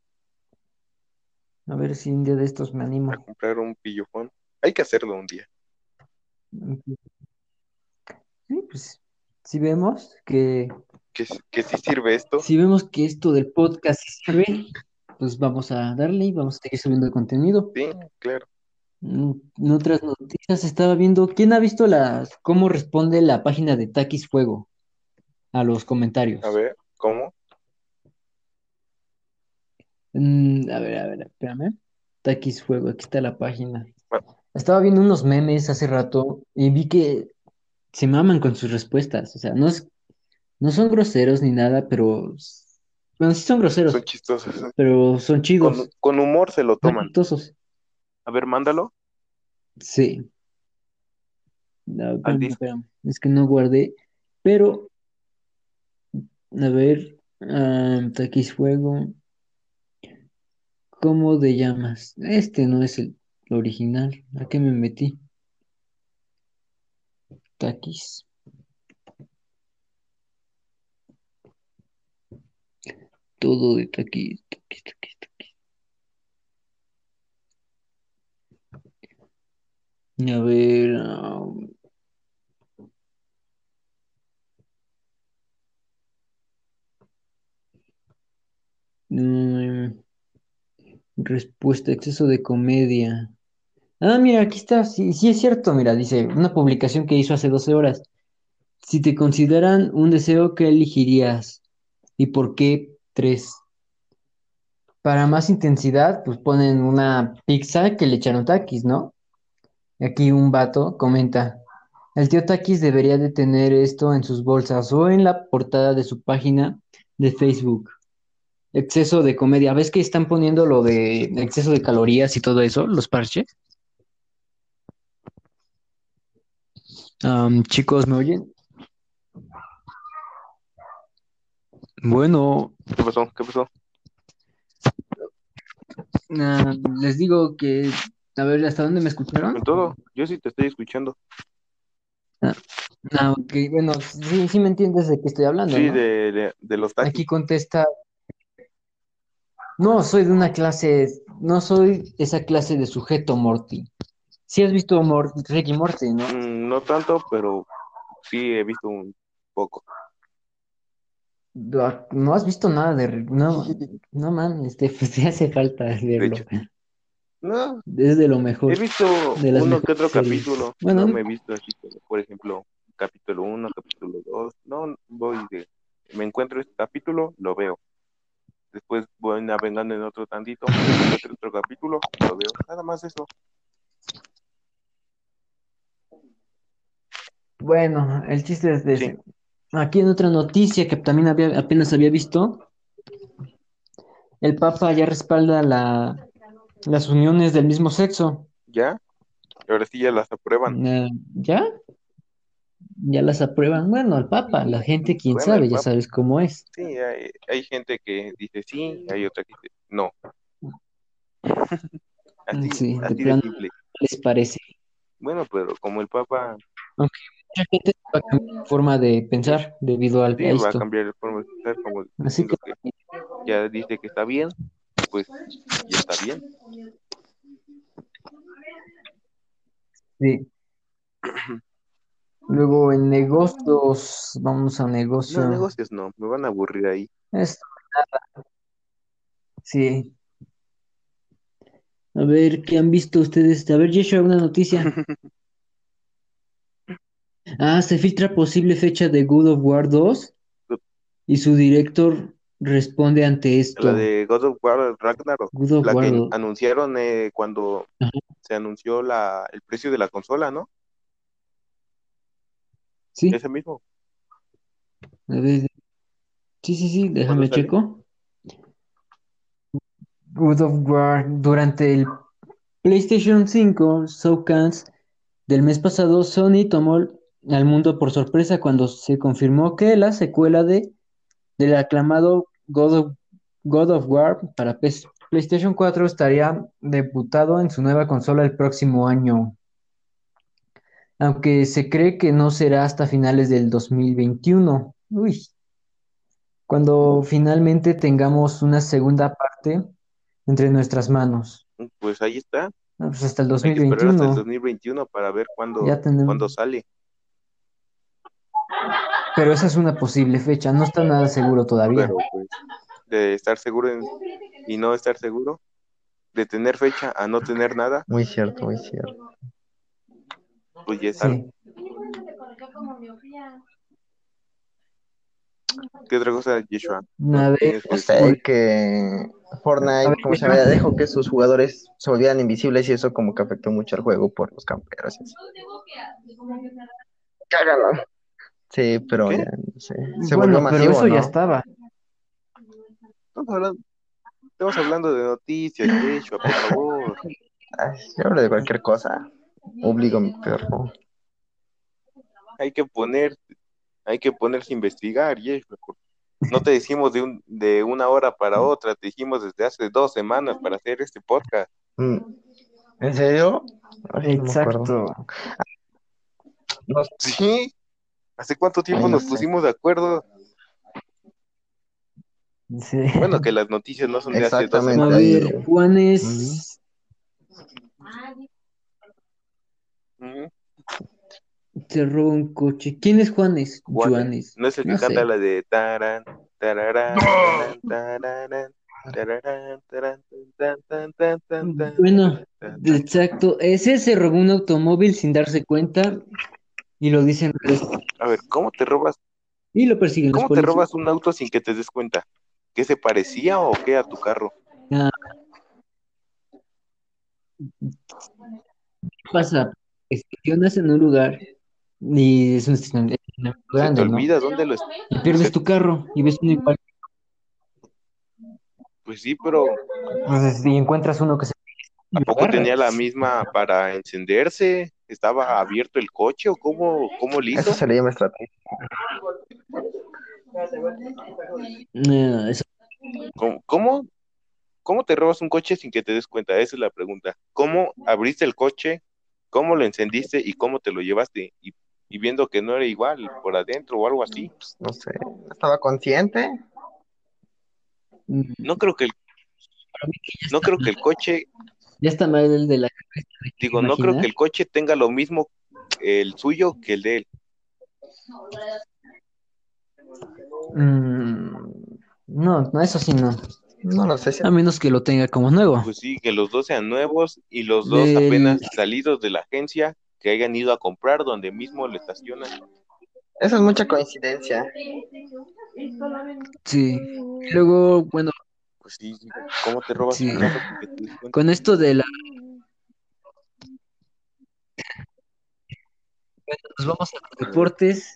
Speaker 2: A ver si un día de estos me animo.
Speaker 3: a comprar un pillofón. Hay que hacerlo un día.
Speaker 2: Sí, pues, si vemos que,
Speaker 3: Que, s- que sí sirve esto.
Speaker 2: si vemos que esto del podcast sí sirve, pues vamos a darle y vamos a seguir subiendo contenido.
Speaker 3: Sí, claro.
Speaker 2: Mm, En otras noticias estaba viendo, ¿quién ha visto las, cómo responde la página de Taquis Fuego a los comentarios?
Speaker 3: A ver, ¿cómo?
Speaker 2: Mm, a ver, a ver, espérame. Taquis Fuego, aquí está la página.
Speaker 3: Bueno.
Speaker 2: Estaba viendo unos memes hace rato y vi que se maman con sus respuestas. O sea, no, es- no son groseros ni nada, pero... s- Bueno, sí son groseros,
Speaker 3: Son chistosos.
Speaker 2: pero son chidos,
Speaker 3: Con, con humor se lo
Speaker 2: son
Speaker 3: toman.
Speaker 2: chistosos.
Speaker 3: A ver, mándalo.
Speaker 2: Sí. No, espérame,
Speaker 3: Discord.
Speaker 2: espérame. Es que no guardé, pero... A ver, ah, Taquis Fuego. ¿Cómo te llamas? Este no es el original. ¿A qué me metí? Taquis. Todo de taquis, taquis, taquis, taquis. A ver. ah, mm, Respuesta, exceso de comedia. Ah, mira, aquí está, sí, sí es cierto, mira, dice una publicación que hizo hace 12 horas. Si te consideran un deseo, ¿qué elegirías? ¿Y por qué tres? Para más intensidad, pues ponen una pizza que le echaron taquis, ¿no? Y Aquí un vato comenta, el tío Takis debería de tener esto en sus bolsas o en la portada de su página de Facebook. Exceso de comedia. ¿Ves que están poniendo lo de exceso de calorías y todo eso, los parches? Am, chicos, ¿me oyen? Bueno,
Speaker 3: ¿Qué pasó? ¿Qué pasó?
Speaker 2: ah, les digo que, a ver, ¿hasta dónde me escucharon?
Speaker 3: Con todo, yo sí te estoy escuchando.
Speaker 2: Ah, ok, bueno, sí, sí me entiendes de qué estoy hablando,
Speaker 3: Sí,
Speaker 2: ¿no?
Speaker 3: de, de, de los taquis.
Speaker 2: Aquí contesta, no soy de una clase, no soy esa clase de sujeto, Morty. Si has visto Mor- Rick y Morty, ¿no?
Speaker 3: Mm, no tanto, pero sí he visto un poco.
Speaker 2: No no has visto nada de... Rick, No, no mames, te, pues, te hace falta verlo.
Speaker 3: hecho. No,
Speaker 2: Es de lo mejor.
Speaker 3: he visto
Speaker 2: De las
Speaker 3: uno que otro
Speaker 2: mejores series.
Speaker 3: capítulo.
Speaker 2: Bueno.
Speaker 3: no me he visto así, como, por ejemplo, capítulo 1, capítulo 2. No, voy de... Me encuentro este capítulo, lo veo. Después voy navegando en otro tantito, me encuentro otro capítulo, lo veo. Nada más eso.
Speaker 2: Bueno, el chiste es de
Speaker 3: Sí.
Speaker 2: ese. Aquí en otra noticia que también había, apenas había visto, el Papa ya respalda la, las uniones del mismo sexo.
Speaker 3: ¿Ya? Ahora sí ya las aprueban.
Speaker 2: Eh, ¿ya? Ah, ya las aprueban. Bueno, al Papa, la gente, quién
Speaker 3: Bueno,
Speaker 2: sabe,
Speaker 3: el
Speaker 2: ya
Speaker 3: Papa.
Speaker 2: sabes cómo es.
Speaker 3: Sí, hay, hay gente que dice sí, hay otra que dice no. así,
Speaker 2: Sí, de
Speaker 3: así de
Speaker 2: plano.
Speaker 3: simple.
Speaker 2: ¿Qué les parece?
Speaker 3: Bueno, pero como el Papa
Speaker 2: Mucha gente va a cambiar su forma de pensar debido al
Speaker 3: sí,
Speaker 2: a
Speaker 3: va a
Speaker 2: esto.
Speaker 3: cambiar el forma de pensar, como
Speaker 2: Así
Speaker 3: diciendo que ya dice que está bien, pues ya está bien.
Speaker 2: Sí. Luego en negocios, vamos a negocio.
Speaker 3: No, negocios no, me van a aburrir ahí.
Speaker 2: Esto, nada. Sí. A ver, ¿qué han visto ustedes? A ver, Yeshua, una noticia. Ah, se filtra posible fecha de Good of War 2 y su director responde ante
Speaker 3: La
Speaker 2: esto.
Speaker 3: de God of War Ragnarok,
Speaker 2: Good of
Speaker 3: la
Speaker 2: War
Speaker 3: que
Speaker 2: 2.
Speaker 3: anunciaron eh, cuando
Speaker 2: Ajá.
Speaker 3: se anunció la, el precio de la consola, ¿no?
Speaker 2: Sí,
Speaker 3: Ese mismo.
Speaker 2: a ver. Sí, sí, sí,
Speaker 3: ¿Cuándo
Speaker 2: déjame
Speaker 3: sale?
Speaker 2: checo. Good of War durante el PlayStation 5 Showcase del mes pasado, Sony tomó al mundo por sorpresa cuando se confirmó que la secuela de del aclamado God of, God of War para PS PlayStation 4 estaría debutado en su nueva consola el próximo año. Aunque se cree que no será hasta finales del 2021. Uy. Cuando finalmente tengamos una segunda parte entre nuestras manos.
Speaker 3: Pues ahí está.
Speaker 2: Ah, Pues hasta el
Speaker 3: Hay que esperar hasta
Speaker 2: 2021.
Speaker 3: el 2021 para ver cuándo,
Speaker 2: Ya tenemos.
Speaker 3: cuándo sale.
Speaker 2: Pero esa es una posible fecha, no está nada seguro todavía.
Speaker 3: Pero pues de estar seguro en- y no estar seguro, de tener fecha a no tener nada,
Speaker 1: Muy cierto, muy cierto.
Speaker 3: pues ya es algo.
Speaker 2: Sí.
Speaker 3: ¿Qué otra cosa,
Speaker 2: Eh,
Speaker 3: Yeshua?
Speaker 2: A ver,
Speaker 3: Tienes pues? que
Speaker 1: No sé, que Fortnite, como se había dejó que sus jugadores se volvieran invisibles y eso como que afectó mucho al juego por los camperos. y así. Cágalo. Sí, pero
Speaker 3: ¿Qué?
Speaker 1: ya, no sé. Se volvió
Speaker 2: bueno, pero
Speaker 1: masivo,
Speaker 2: eso ya
Speaker 1: ¿no?
Speaker 2: estaba.
Speaker 3: estamos hablando, estamos hablando de noticias, Yeshua, por favor.
Speaker 1: Ay, yo hablo de cualquier cosa. Obligo a mi cuerpo.
Speaker 3: Hay que poner, hay que ponerse a investigar, Yeshua. No te decimos de, un, de una hora para otra, te dijimos desde hace dos semanas para hacer este podcast.
Speaker 1: Mm. ¿En serio? Ay, no me acuerdo.
Speaker 2: Exacto.
Speaker 1: No
Speaker 3: Sí. ¿Hace cuánto tiempo
Speaker 1: Ay, no
Speaker 3: nos
Speaker 1: sé.
Speaker 3: pusimos de acuerdo?
Speaker 2: Sí.
Speaker 3: Bueno, que las noticias no son de hace dos
Speaker 1: Exactamente.
Speaker 2: A
Speaker 3: semanas.
Speaker 2: ver, Juan es.
Speaker 3: Ujú.
Speaker 2: Se roba un coche. ¿Quién es Juanes?
Speaker 3: Juanes.
Speaker 2: Juanes.
Speaker 3: No es el que
Speaker 2: No sé.
Speaker 3: canta la de taran, tararán, tararán, tararán, tararán, tarán, tan, tan, tan, tan, tan,
Speaker 2: Bueno,
Speaker 3: tan, tan.
Speaker 2: exacto. Ese se robó un automóvil sin darse cuenta y lo dicen.
Speaker 3: A ver, ¿cómo te robas,
Speaker 2: Y lo persiguen los
Speaker 3: cómo te
Speaker 2: policías.
Speaker 3: robas un auto sin que te des cuenta? ¿Qué se parecía o qué a tu carro?
Speaker 2: pasa? Estacionas en un lugar y es un estacionamiento
Speaker 3: Se te
Speaker 2: grande, ¿no?
Speaker 3: olvida dónde lo es-
Speaker 2: Y pierdes tu carro y ves uno igual.
Speaker 3: Pues sí, pero
Speaker 2: Entonces, si encuentras uno que se.
Speaker 3: ¿a
Speaker 2: lo
Speaker 3: poco
Speaker 2: agarras.
Speaker 3: tenía la misma para encenderse? ¿Estaba abierto el coche o cómo, cómo lo hizo?
Speaker 1: Eso se le llama estrategia.
Speaker 2: No, eso-
Speaker 3: ¿Cómo, cómo, cómo te robas un coche sin que te des cuenta? Esa es la pregunta. ¿Cómo abriste el coche? ¿Cómo lo encendiste y cómo te lo llevaste? Y, y viendo que no era igual por adentro o algo así.
Speaker 1: Pues, no sé. Estaba consciente.
Speaker 2: mm,
Speaker 3: No creo que el, no creo que el coche,
Speaker 2: Ya está mal el de la cabeza. de que
Speaker 3: digo, no creo
Speaker 2: imaginar.
Speaker 3: que el coche tenga lo mismo el suyo que el de él.
Speaker 2: Mm, no, no, eso sí no.
Speaker 1: No lo sé si
Speaker 2: A menos que lo tenga como nuevo.
Speaker 3: Pues sí, que los dos sean nuevos y los dos
Speaker 2: Ah. Del-
Speaker 3: apenas salidos de la agencia que hayan ido a comprar donde mismo lo estacionan.
Speaker 1: Eso es mucha coincidencia.
Speaker 2: Sí. Y Luego, bueno,
Speaker 3: Pues sí, digo, ¿cómo te robas
Speaker 2: Sí.
Speaker 3: un carro sin que te des cuenta?
Speaker 2: con esto de la. Bueno, nos Pues vamos a los deportes.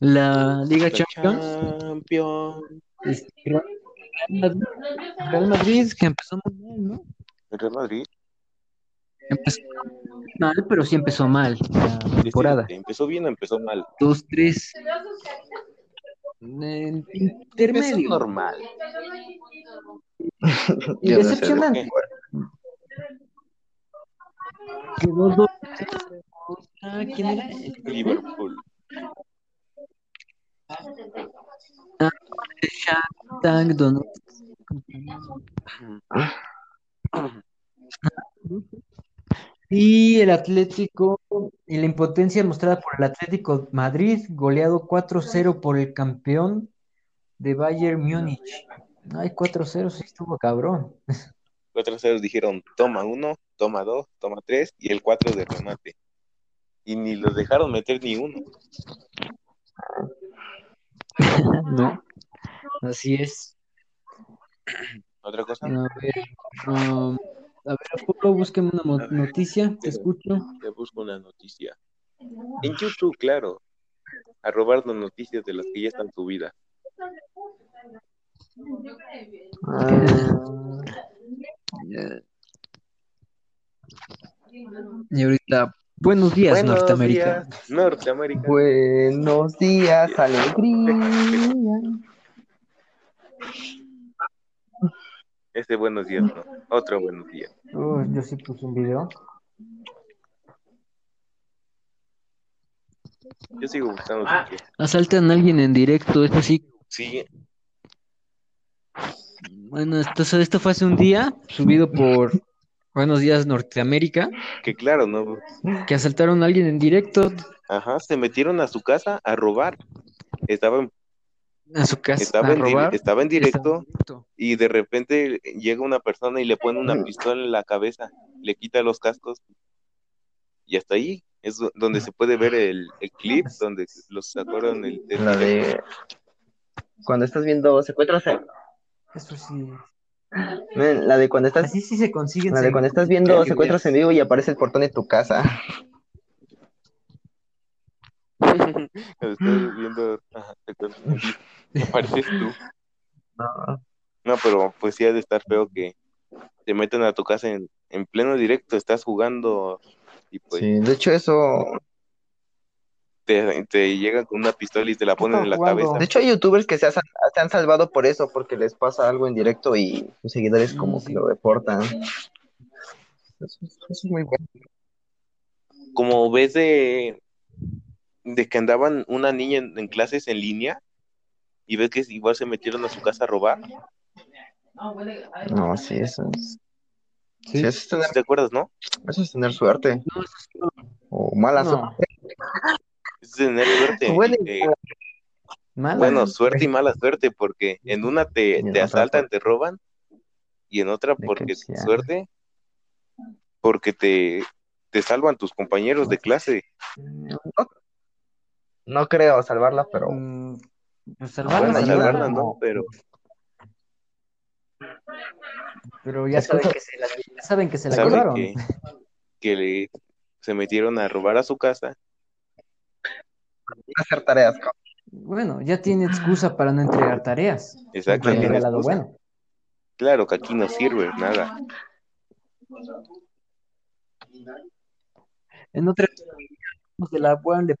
Speaker 2: La Liga
Speaker 3: La
Speaker 2: Champions.
Speaker 3: Champions.
Speaker 2: este, Real Madrid- Real Madrid, que empezó muy mal, ¿no?
Speaker 3: El Real Madrid.
Speaker 2: Empezó mal, pero sí empezó mal la temporada.
Speaker 3: ¿Empezó bien o empezó mal?
Speaker 2: Dos, tres.
Speaker 1: Empezó
Speaker 2: intermedio.
Speaker 1: normal.
Speaker 2: Y
Speaker 1: Yo no sé de
Speaker 2: decepcionante.
Speaker 1: qué.
Speaker 2: Quedó dos. Ah, ¿quién era?
Speaker 3: Liverpool.
Speaker 2: Shark Tank, Donald. Y el Atlético, y la impotencia mostrada por el Atlético Madrid, goleado 4-0 por el campeón de Bayern Múnich. Ay, 4-0, sí estuvo cabrón.
Speaker 3: 4-0 dijeron, toma uno, toma dos, toma tres y el 4 de remate. Y ni los dejaron meter ni uno.
Speaker 2: ¿No? Así es.
Speaker 3: Otra cosa,
Speaker 2: A ver, um, a ver, Apolo, búsqueme una mo- noticia, te escucho.
Speaker 3: te busco una noticia. En YouTube, claro. A robar las noticias de las que ya están subidas.
Speaker 1: Ah,
Speaker 2: Y ahorita, buenos días,
Speaker 3: Buenos
Speaker 2: Norteamérica.
Speaker 3: días, Norteamérica.
Speaker 1: Buenos días, alegría.
Speaker 3: Este buenos días, no. Otro buenos días.
Speaker 2: Uy, Oh, yo sí puse un video.
Speaker 3: Yo sigo buscando.
Speaker 2: Ah.
Speaker 3: porque-
Speaker 2: Asaltan a alguien en directo, es así.
Speaker 3: Sí,
Speaker 2: Bueno, esto, esto fue hace un día, subido por Buenos Días Norteamérica,
Speaker 3: que claro, ¿no?
Speaker 2: que asaltaron a alguien en directo
Speaker 3: Ajá, se metieron a su casa a robar. Estaba en,
Speaker 2: a su casa
Speaker 3: estaba
Speaker 2: a
Speaker 3: en, di-
Speaker 2: robar.
Speaker 3: estaba en
Speaker 2: Estaba
Speaker 3: directo
Speaker 2: en directo.
Speaker 3: y de repente llega una persona y le pone una pistola en la cabeza, le quita los cascos y hasta ahí es do-
Speaker 2: Ah.
Speaker 3: donde se puede ver el, el clip donde los sacaron el del
Speaker 1: La
Speaker 3: directo.
Speaker 1: de. Cuando estás viendo secuestros.
Speaker 2: Eso sí.
Speaker 1: men, La de cuando estás.
Speaker 2: Así sí se consiguen.
Speaker 1: La de cuando estás viendo secuestros en vivo y aparece el portón de tu casa.
Speaker 3: Estás viendo, ajá, te cuento. apareces tú.
Speaker 1: No.
Speaker 3: No, pero pues sí ha de estar feo que te metan a tu casa en, en pleno directo, estás jugando y pues
Speaker 1: Sí, de hecho, eso.
Speaker 3: te, te llegan con una pistola y te la ponen
Speaker 2: Estaba
Speaker 3: en la
Speaker 2: jugando.
Speaker 3: cabeza.
Speaker 1: De hecho, hay youtubers que se, ha- se han salvado por eso, porque les pasa algo en directo y sus seguidores, como que lo reportan. Eso, es- eso es muy bueno.
Speaker 3: Como ves de, de que andaban una niña en, en clases en línea y ves que igual se metieron a su casa a robar.
Speaker 1: No, sí, eso es. sí,
Speaker 2: Sí.
Speaker 1: eso es tener,
Speaker 3: ¿Sí ¿Te acuerdas, no?
Speaker 1: eso es tener suerte
Speaker 2: No, eso sí
Speaker 1: o mala
Speaker 2: no.
Speaker 1: suerte.
Speaker 3: Es tener suerte.
Speaker 1: Bueno,
Speaker 3: y, eh,
Speaker 2: Mala.
Speaker 3: bueno, suerte y mala suerte porque en una
Speaker 1: Ah, Y
Speaker 3: te,
Speaker 1: en
Speaker 3: te
Speaker 1: otra
Speaker 3: asaltan, te roban y en otra
Speaker 1: De
Speaker 3: porque
Speaker 1: que sea.
Speaker 3: suerte porque te, te salvan tus compañeros de clase.
Speaker 1: No, no creo salvarla, pero
Speaker 2: Mm, pues,
Speaker 1: Bueno,
Speaker 2: salvarla,
Speaker 3: Bueno,
Speaker 1: ayuda,
Speaker 3: salvarla,
Speaker 2: salvarla,
Speaker 1: ¿no?
Speaker 3: ¿no? Pero
Speaker 2: Pero ya saben que se la, ya saben que se la
Speaker 3: sabe
Speaker 2: llevaron.
Speaker 3: que, que le- se metieron a robar a su casa
Speaker 1: hacer tareas. cabrón.
Speaker 2: Bueno, ya tiene excusa para no entregar tareas.
Speaker 3: Exacto,
Speaker 2: Siempre
Speaker 3: tiene
Speaker 2: llega al lado
Speaker 3: excusa.
Speaker 2: bueno.
Speaker 3: Claro que aquí no sirve nada.
Speaker 2: En otras los de la UAP le,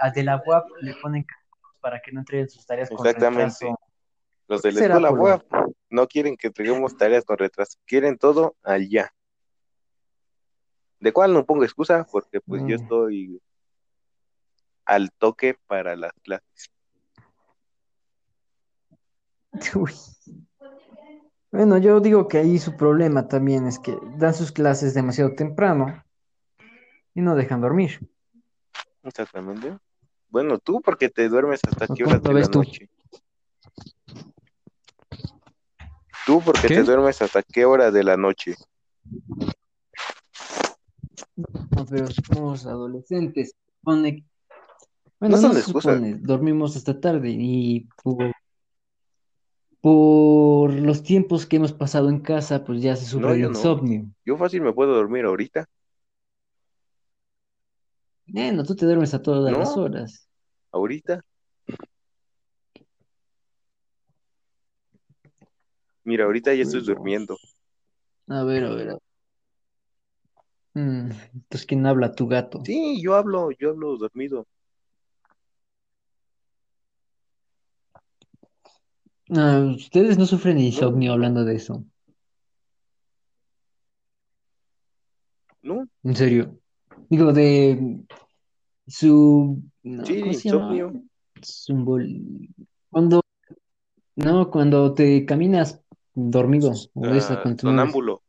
Speaker 2: a de la UAP le ponen castigos para que no entreguen sus tareas con
Speaker 3: Exactamente.
Speaker 2: retraso.
Speaker 3: Los de la
Speaker 2: Será
Speaker 3: escuela
Speaker 2: por
Speaker 3: web no quieren que entreguemos tareas con retraso, quieren todo allá. De cual no pongo excusa porque pues yo
Speaker 2: Mm.
Speaker 3: estoy al toque para las clases.
Speaker 2: Uy. Bueno, yo digo que ahí su problema también es que dan sus clases demasiado temprano y no dejan dormir.
Speaker 3: Exactamente. Bueno, tú porque te duermes hasta qué
Speaker 2: ¿Cómo lo
Speaker 3: horas de la
Speaker 2: ves tú?
Speaker 3: noche. Tú porque
Speaker 2: ¿Qué?
Speaker 3: te duermes hasta qué hora de la noche.
Speaker 2: No, pero somos adolescentes. Supone... Bueno,
Speaker 3: No
Speaker 2: no,
Speaker 3: son
Speaker 2: se
Speaker 3: excusas.
Speaker 2: supone, dormimos hasta tarde y por, por los tiempos que hemos pasado en casa, pues ya se sufre
Speaker 3: No,
Speaker 2: de
Speaker 3: yo no.
Speaker 2: insomnio.
Speaker 3: Yo fácil me puedo dormir ahorita.
Speaker 2: Bueno, tú te duermes a todas
Speaker 3: No.
Speaker 2: las horas.
Speaker 3: Ahorita. Mira, ahorita ya estoy durmiendo.
Speaker 2: A ver, a ver, a ver. Mm, pues ¿quién habla? Tu gato.
Speaker 3: Sí, yo hablo, yo hablo dormido.
Speaker 2: Ah, ustedes no sufren de insomnio hablando de eso.
Speaker 3: ¿No?
Speaker 2: En serio. Digo, de su... no,
Speaker 3: Sí,
Speaker 2: ¿cómo se llama?
Speaker 3: insomnio.
Speaker 2: Zumbol- Cuando... No, cuando te caminas dormido o eso
Speaker 3: Ah,
Speaker 2: con tu novia.
Speaker 3: sonámbulo.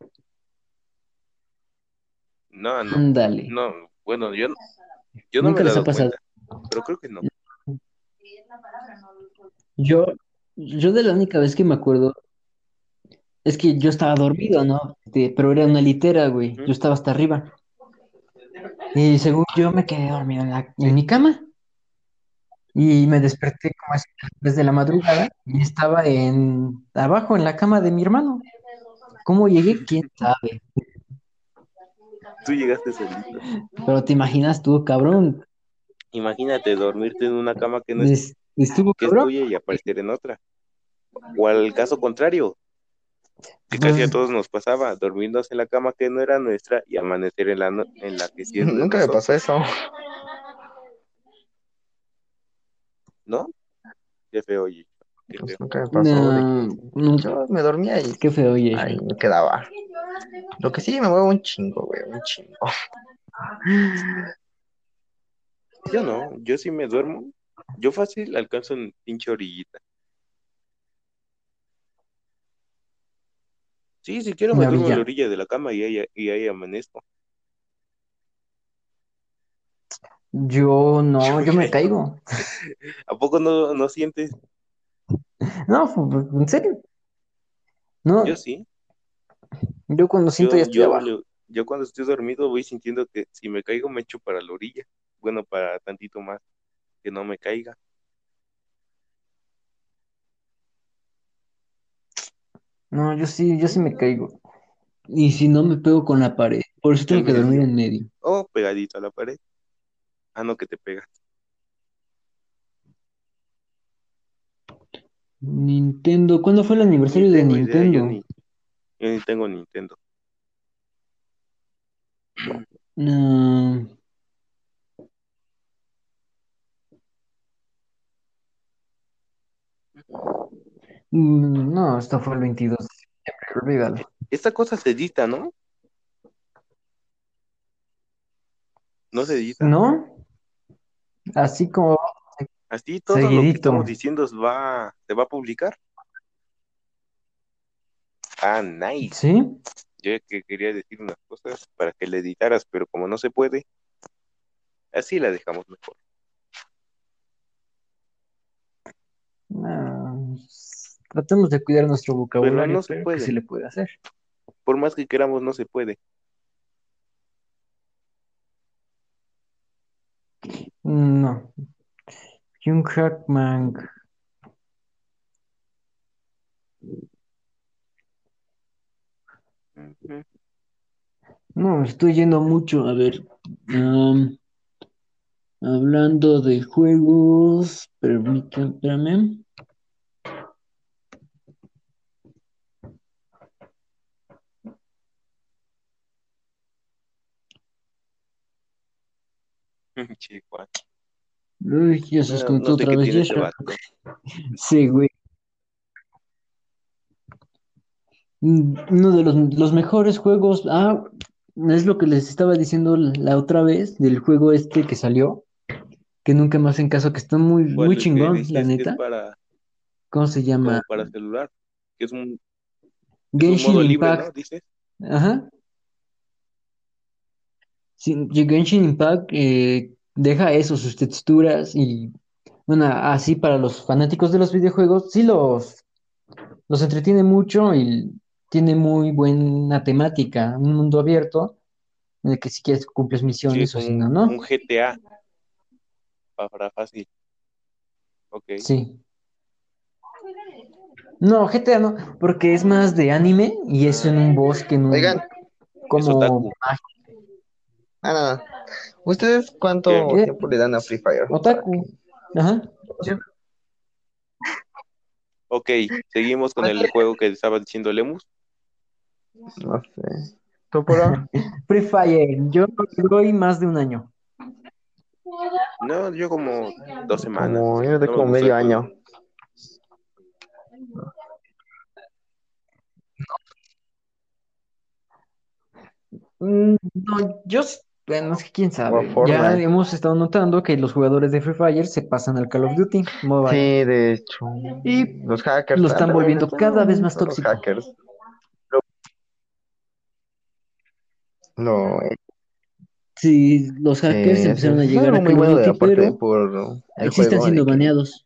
Speaker 3: No, no,
Speaker 2: Ándale.
Speaker 3: no. Bueno, yo, no- yo no me
Speaker 2: Nunca
Speaker 3: he
Speaker 2: les ha
Speaker 3: dado
Speaker 2: pasado.
Speaker 3: cuenta, pero creo que no.
Speaker 2: Yo, yo de la única vez que me acuerdo es que yo estaba dormido, ¿no? Este, pero era una litera, güey.
Speaker 3: Ujú.
Speaker 2: Yo estaba hasta arriba. Y según yo me quedé dormido en la- en mi cama. Y me desperté como así desde la madrugada y estaba en abajo en la cama de mi hermano. ¿Cómo llegué? ¿Quién sabe?
Speaker 3: Tú llegaste solito.
Speaker 2: Pero te imaginas tú, cabrón.
Speaker 3: Imagínate dormirte en una cama que no es,
Speaker 2: Es- estuvo
Speaker 3: que es
Speaker 2: cabrón.
Speaker 3: tuya y aparecer en otra. O al caso contrario, que casi a
Speaker 2: Entonces,
Speaker 3: todos nos pasaba, dormirnos en la cama que no era nuestra y amanecer en la, no- en la que sí es de
Speaker 1: Mm, Nunca me
Speaker 3: nosotros,
Speaker 1: pasó eso.
Speaker 3: ¿no? Qué feo, oye, qué
Speaker 1: Pues
Speaker 3: feo.
Speaker 1: nunca me pasó de
Speaker 2: no,
Speaker 1: que
Speaker 2: nunca.
Speaker 1: yo me dormía y
Speaker 2: Qué feo, oye.
Speaker 1: ahí me quedaba. Lo que sí me muevo un chingo, güey, un chingo.
Speaker 3: Yo no, yo sí me duermo. Yo fácil alcanzo un pinche orillita. Sí, si quiero me
Speaker 2: Una
Speaker 3: duermo en la
Speaker 2: orilla.
Speaker 3: orilla de la cama y ahí, y ahí amanezco.
Speaker 2: Yo no, yo me caigo.
Speaker 3: ¿A poco no, no sientes?
Speaker 2: No, fu- en serio. No,
Speaker 3: Yo sí.
Speaker 2: yo cuando siento ya
Speaker 3: Yo,
Speaker 2: estoy
Speaker 3: yo,
Speaker 2: abajo.
Speaker 3: le- yo cuando estoy dormido voy sintiendo que si me caigo me echo para la orilla. Bueno, para tantito más, que no me caiga.
Speaker 2: No, yo sí, yo sí me caigo. Y si no me pego con la pared. Por eso
Speaker 3: En
Speaker 2: tengo que dormir
Speaker 3: medio.
Speaker 2: en medio.
Speaker 3: O pegadito a la pared. Ah, no, que te pega.
Speaker 2: Nintendo, ¿cuándo fue el
Speaker 3: Ni
Speaker 2: aniversario de
Speaker 3: tengo idea, yo
Speaker 2: Nintendo?
Speaker 3: ni, yo ni tengo Nintendo.
Speaker 2: No, mm, no, esto fue el 22 de septiembre, olvídalo.
Speaker 3: Esta cosa se edita, ¿no? No se edita.
Speaker 2: ¿No? Así como
Speaker 3: Así todo lo que estamos
Speaker 2: seguidito.
Speaker 3: diciendo va, se va a publicar. Ah, nice.
Speaker 2: ¿Sí?
Speaker 3: Yo ya que quería decir unas cosas para que le editaras, pero como no se puede, así la dejamos mejor.
Speaker 2: No, s- tratemos de cuidar nuestro
Speaker 3: Pero
Speaker 2: vocabulario,
Speaker 3: no se
Speaker 2: pero que se
Speaker 3: puede.
Speaker 2: le puede hacer.
Speaker 3: Por más que queramos, no se puede.
Speaker 2: No. Jung Hackman.
Speaker 3: Ujú.
Speaker 2: No, estoy yendo mucho. A ver. am, hablando de juegos. Permítame, espérame.
Speaker 3: Che, Juan.
Speaker 2: Uy, ya se
Speaker 3: No,
Speaker 2: desconectó
Speaker 3: no sé
Speaker 2: otra
Speaker 3: qué
Speaker 2: vez
Speaker 3: tiene ese
Speaker 2: Yasha.
Speaker 3: vato.
Speaker 2: Sí, güey. Mm, Uno de los, los mejores juegos. Ah, es lo que les estaba diciendo la otra vez del juego este que salió. Que nunca más en caso, que está muy, muy
Speaker 3: ¿Cuál el que
Speaker 2: chingón, la
Speaker 3: dices que es
Speaker 2: neta.
Speaker 3: para,
Speaker 2: ¿Cómo se
Speaker 3: como
Speaker 2: llama?
Speaker 3: para celular? Que es un, es un
Speaker 2: Genshin
Speaker 3: modo libre, ¿no?
Speaker 2: Impact.
Speaker 3: Dices.
Speaker 2: Ajá. Sí, y Genshin Impact eh, deja eso, sus texturas y bueno, así para los fanáticos de los videojuegos, sí los, los entretiene mucho y tiene muy buena temática, un mundo abierto en el que si quieres cumples
Speaker 3: Sí,
Speaker 2: misiones o si
Speaker 3: como
Speaker 2: no,
Speaker 3: un, un
Speaker 2: no.
Speaker 3: GTA para fácil. Ok.
Speaker 2: Sí. No, GTA no, porque es más de anime y es en un bosque, en
Speaker 1: Oigan,
Speaker 2: un
Speaker 3: Es
Speaker 2: como
Speaker 3: otaku.
Speaker 1: ah, no, no. ¿Ustedes
Speaker 3: ¿Qué?
Speaker 1: cuánto
Speaker 2: eh,
Speaker 1: tiempo le dan a Free Fire? Para
Speaker 2: otaku.
Speaker 1: que...
Speaker 2: Ajá.
Speaker 3: Ok, seguimos con
Speaker 1: Más
Speaker 3: el
Speaker 1: de-
Speaker 3: juego que estaba diciendo Lemus.
Speaker 1: No sé. Topora.
Speaker 2: Free Fire, yo lo doy más de un año.
Speaker 3: No, yo como dos semanas.
Speaker 1: Como, yo de
Speaker 3: No me
Speaker 1: como
Speaker 3: gusta
Speaker 1: medio
Speaker 3: el-
Speaker 1: año.
Speaker 2: Mm, No, yo, s- bueno, es que quién sabe.
Speaker 1: Como
Speaker 2: Ya
Speaker 1: Fortnite.
Speaker 2: hemos estado notando que los jugadores de Free Fire se pasan al Call of Duty Mobile.
Speaker 1: Sí, de hecho.
Speaker 2: Y
Speaker 1: Los hackers.
Speaker 2: Lo están
Speaker 1: también,
Speaker 2: volviendo
Speaker 1: están
Speaker 2: cada vez más
Speaker 1: los
Speaker 2: tóxico.
Speaker 1: hackers. Lo,
Speaker 2: sí, los hackers
Speaker 1: sí,
Speaker 2: empezaron a
Speaker 1: sí,
Speaker 2: llegar
Speaker 1: algo
Speaker 2: a
Speaker 1: muy
Speaker 2: Call of
Speaker 1: bueno de la
Speaker 2: Duty,
Speaker 1: parte
Speaker 2: pero
Speaker 1: por el
Speaker 2: sí están
Speaker 1: juego, ¿eh?
Speaker 2: siendo
Speaker 1: de que-
Speaker 2: baneados.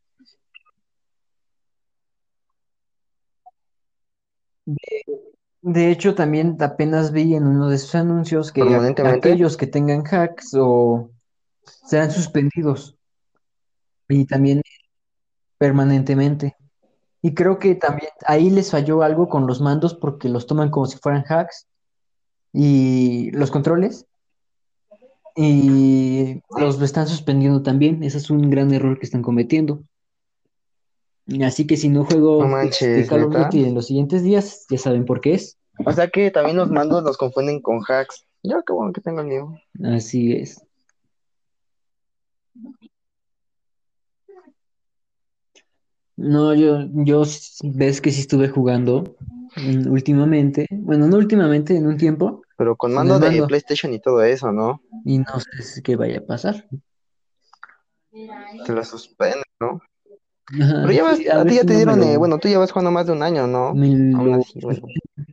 Speaker 2: De hecho, también apenas vi en uno de sus anuncios que a-
Speaker 1: Permanentemente.
Speaker 2: aquellos que tengan hacks o serán suspendidos. Y también permanentemente. Y creo que también ahí les falló algo con los mandos porque los toman como si fueran hacks y los controles. Y los están suspendiendo también. Ese es un gran error que están cometiendo. Así que si no juego
Speaker 1: No
Speaker 2: este,
Speaker 1: manches,
Speaker 2: Call of
Speaker 1: ¿neta?
Speaker 2: Duty en los siguientes días, ya saben por qué es.
Speaker 1: O sea que también los mandos los confunden con hacks. Yo qué bueno que tengo el mío.
Speaker 2: Así es. No, yo, yo s- ves que sí estuve jugando mm, últimamente, bueno, no últimamente, en un tiempo,
Speaker 1: Pero con
Speaker 2: Con
Speaker 1: mando
Speaker 2: el
Speaker 1: de
Speaker 2: mando.
Speaker 1: PlayStation y todo eso, ¿no?
Speaker 2: y no sé si- qué vaya a pasar.
Speaker 1: Te lo suspenden, ¿no?
Speaker 2: Ajá,
Speaker 1: Pero ya vas,
Speaker 2: sí, a
Speaker 1: a
Speaker 2: ver
Speaker 1: ti ya
Speaker 2: si
Speaker 1: te
Speaker 2: no
Speaker 1: dieron,
Speaker 2: me lo-
Speaker 1: eh, bueno, tú llevas jugando más de un año, ¿no?
Speaker 2: me
Speaker 1: Aún
Speaker 2: lo-
Speaker 1: así, bueno.
Speaker 2: pues,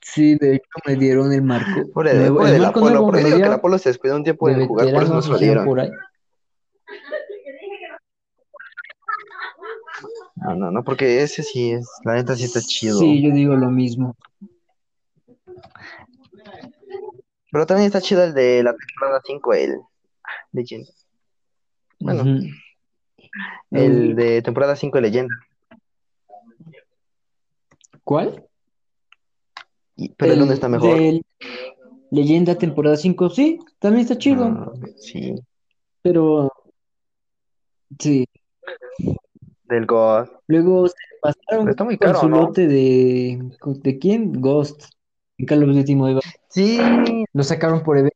Speaker 2: sí, de hecho me dieron el marco
Speaker 1: Pobre, de-
Speaker 2: nuevo-
Speaker 1: pobre
Speaker 2: el
Speaker 1: del
Speaker 2: marco
Speaker 1: Apolo,
Speaker 2: nuevo
Speaker 1: por
Speaker 2: que
Speaker 1: eso
Speaker 2: me
Speaker 1: digo que el
Speaker 2: dieron
Speaker 1: Apolo se descuidó un tiempo
Speaker 2: de
Speaker 1: en jugar, por eso
Speaker 2: veterano,
Speaker 1: no se lo
Speaker 2: decían
Speaker 1: dieron.
Speaker 2: por ahí.
Speaker 1: No, no, no, porque ese sí es, la neta sí está chido.
Speaker 2: Sí, yo digo lo mismo.
Speaker 1: Pero también está chido el de la temporada 5, el Legend. Bueno.
Speaker 2: Ujú.
Speaker 1: El de temporada 5 de Leyenda.
Speaker 2: ¿Cuál?
Speaker 1: Y- pero el uno está mejor.
Speaker 2: del Leyenda temporada 5, sí, también está chido,
Speaker 1: Ah, sí.
Speaker 2: pero sí,
Speaker 1: Del God.
Speaker 2: luego se pasaron
Speaker 1: Pero está muy
Speaker 2: con
Speaker 1: caro,
Speaker 2: su
Speaker 1: ¿no?
Speaker 2: lote de ¿de quién? Ghost. En Call of Duty Mobile.
Speaker 1: Sí.
Speaker 2: Lo sacaron por evento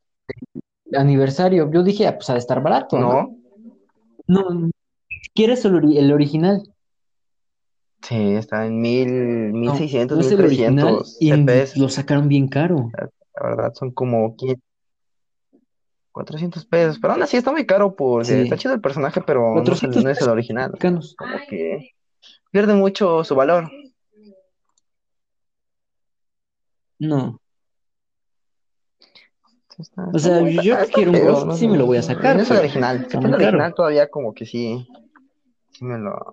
Speaker 2: de aniversario. Yo dije, ah, pues ha de estar barato, ¿no?
Speaker 1: ¿No?
Speaker 2: No, ni siquiera es el, ori- el original.
Speaker 1: Sí, está en mil,
Speaker 2: No,
Speaker 1: 1600,
Speaker 2: no es el original
Speaker 1: 1300
Speaker 2: y
Speaker 1: CPS.
Speaker 2: lo sacaron bien caro.
Speaker 1: La verdad, son como 500, 400 pesos. Pero aún así está muy caro porque
Speaker 2: Sí.
Speaker 1: está chido el personaje, pero no es, el,
Speaker 2: 400
Speaker 1: no es el original.
Speaker 2: Mexicanos.
Speaker 1: Como que pierde mucho su valor.
Speaker 2: No.
Speaker 1: Está-
Speaker 2: O
Speaker 1: está
Speaker 2: sea,
Speaker 1: muy-
Speaker 2: yo
Speaker 1: está
Speaker 2: quiero un
Speaker 1: feo,
Speaker 2: Ghost,
Speaker 1: no,
Speaker 2: sí
Speaker 1: no,
Speaker 2: me lo voy a
Speaker 1: no,
Speaker 2: sacar,
Speaker 1: No es el
Speaker 2: pero
Speaker 1: original.
Speaker 2: está
Speaker 1: El
Speaker 2: muy caro.
Speaker 1: original todavía como que sí. Sí me lo.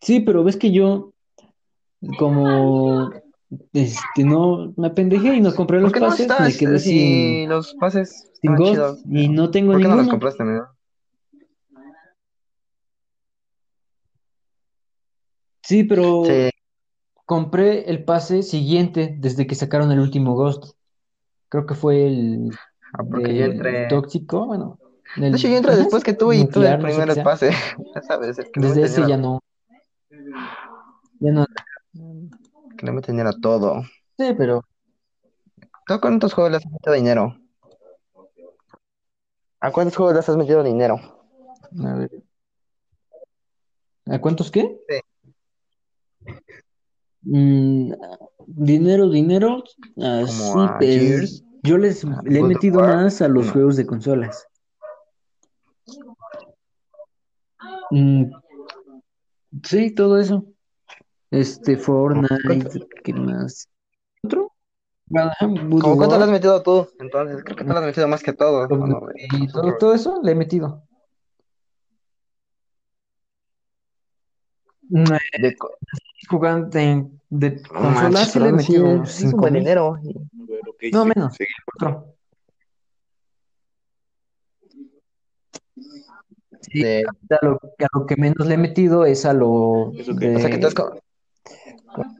Speaker 2: Sí, pero ves que yo como este no me apendejé y no compré los
Speaker 1: Porque no
Speaker 2: pases,
Speaker 1: está?
Speaker 2: me quedé
Speaker 1: si
Speaker 2: sin,
Speaker 1: los pases
Speaker 2: sin
Speaker 1: estaban
Speaker 2: Ghost
Speaker 1: chidos.
Speaker 2: y no tengo
Speaker 1: ¿Por qué no los
Speaker 2: ninguno.
Speaker 1: compraste, amigo?
Speaker 2: Sí, pero
Speaker 1: Sí,
Speaker 2: compré el pase siguiente desde que sacaron el último Ghost. Creo que fue el
Speaker 1: ah, porque yo
Speaker 2: del
Speaker 1: entré. De
Speaker 2: tóxico, bueno,
Speaker 1: hecho,
Speaker 2: el-
Speaker 1: yo entré
Speaker 2: ajá,
Speaker 1: después
Speaker 2: sí,
Speaker 1: que tú y tú el
Speaker 2: nuclear, no sé qué
Speaker 1: primero el
Speaker 2: sea.
Speaker 1: pase. Ya sabes, el que no me
Speaker 2: Desde ese
Speaker 1: tenía
Speaker 2: ya
Speaker 1: la-
Speaker 2: no, ya no.
Speaker 1: que no me tenía la todo.
Speaker 2: Sí, pero
Speaker 1: ¿Tú a cuántos juegos le has metido dinero? ¿A cuántos juegos le has metido dinero?
Speaker 2: a ver. ¿A cuántos qué?
Speaker 1: Sí.
Speaker 2: Mm, dinero, dinero. Así, pues,
Speaker 1: a Gears,
Speaker 2: yo les le he
Speaker 1: God of
Speaker 2: metido
Speaker 1: War,
Speaker 2: más a los
Speaker 1: no.
Speaker 2: juegos de consolas. Mm, sí, todo eso. Este, Fortnite, ¿qué más? ¿Otro? Ajá, God
Speaker 1: ¿Cómo
Speaker 2: of
Speaker 1: cuánto le
Speaker 2: War,
Speaker 1: has metido tú? Entonces, creo que tú le has metido más que todo.
Speaker 2: Call of
Speaker 1: ¿no?
Speaker 2: Duty, todo, todo eso le he metido. Mm,
Speaker 1: De co-
Speaker 2: Jugando de, de
Speaker 1: no
Speaker 2: consolas
Speaker 1: manches,
Speaker 2: sí le he
Speaker 1: pero sí,
Speaker 2: metido unos
Speaker 1: es un
Speaker 2: 5
Speaker 1: buen
Speaker 2: mil.
Speaker 1: dinero. eh,
Speaker 3: Bueno, ok,
Speaker 2: No,
Speaker 3: sí,
Speaker 2: menos.
Speaker 3: sí.
Speaker 2: Otro. Sí,
Speaker 1: De-
Speaker 2: a lo, a lo que menos le he metido es a lo
Speaker 3: Eso que-
Speaker 1: o sea, que te has
Speaker 2: de,
Speaker 1: co-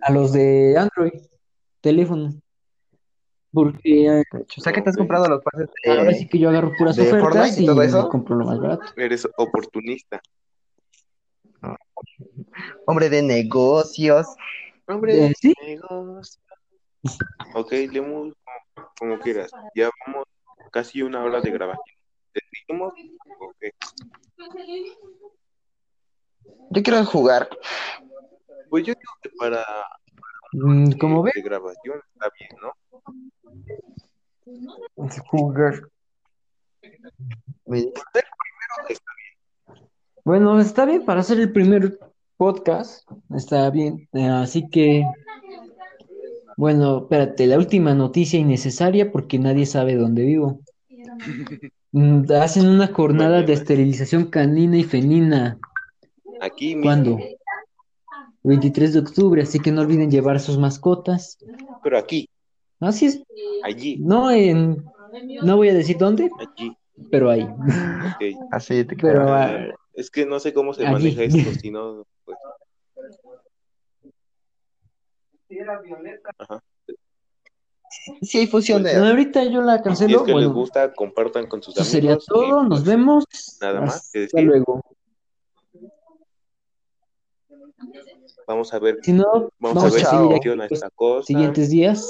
Speaker 2: a los de Android, teléfono. Porque eh,
Speaker 1: de hecho, o sea, que te has
Speaker 3: Ok.
Speaker 1: comprado los pases de-
Speaker 2: ahora sí que yo agarro puras
Speaker 1: de
Speaker 2: ofertas
Speaker 1: Fortnite y
Speaker 2: y
Speaker 1: todo
Speaker 2: me
Speaker 1: eso.
Speaker 2: compro lo más barato.
Speaker 3: Eres oportunista.
Speaker 1: Hombre de negocios.
Speaker 3: Hombre,
Speaker 2: Eh, ¿sí?
Speaker 3: negocios. Ok, Lemus, como, como quieras. Ya vamos casi una hora de grabación. ¿Te seguimos? Ok.
Speaker 1: Yo quiero jugar.
Speaker 3: Pues yo digo que para
Speaker 2: Mm, Como
Speaker 3: eh,
Speaker 2: ves,
Speaker 3: de grabación está bien, ¿no?
Speaker 2: jugar.
Speaker 1: Me-
Speaker 2: Bueno, está bien para hacer el primer podcast. Está bien. Eh, Así que, bueno, espérate, la última noticia innecesaria porque nadie sabe dónde vivo. Mm, Hacen una jornada de esterilización canina y felina.
Speaker 3: Aquí
Speaker 2: ¿Cuándo?
Speaker 3: mismo,
Speaker 2: 23 de octubre, así que no olviden llevar sus mascotas.
Speaker 3: pero aquí,
Speaker 2: Así es.
Speaker 3: allí,
Speaker 2: No, en, no voy a decir dónde,
Speaker 3: allí.
Speaker 2: pero ahí.
Speaker 3: Ok.
Speaker 1: Así te
Speaker 2: Pero
Speaker 1: quiero.
Speaker 2: ah,
Speaker 3: Es que no sé cómo se
Speaker 2: Allí.
Speaker 3: maneja esto, si no, pues. Ajá.
Speaker 1: Sí, hay fusiones.
Speaker 2: pues no, ahorita yo la
Speaker 3: Si es
Speaker 2: cancelo.
Speaker 3: que les
Speaker 2: Bueno,
Speaker 3: gusta, compartan con sus
Speaker 2: eso
Speaker 3: amigos.
Speaker 2: sería
Speaker 3: y,
Speaker 2: todo. Nos
Speaker 3: pues,
Speaker 2: vemos.
Speaker 3: nada más que
Speaker 2: Hasta
Speaker 3: decir.
Speaker 2: luego.
Speaker 3: Vamos a ver,
Speaker 2: Si no,
Speaker 3: vamos,
Speaker 1: vamos
Speaker 3: a ver
Speaker 1: a
Speaker 3: si
Speaker 1: ver.
Speaker 3: funciona esta cosa,
Speaker 2: los siguientes días.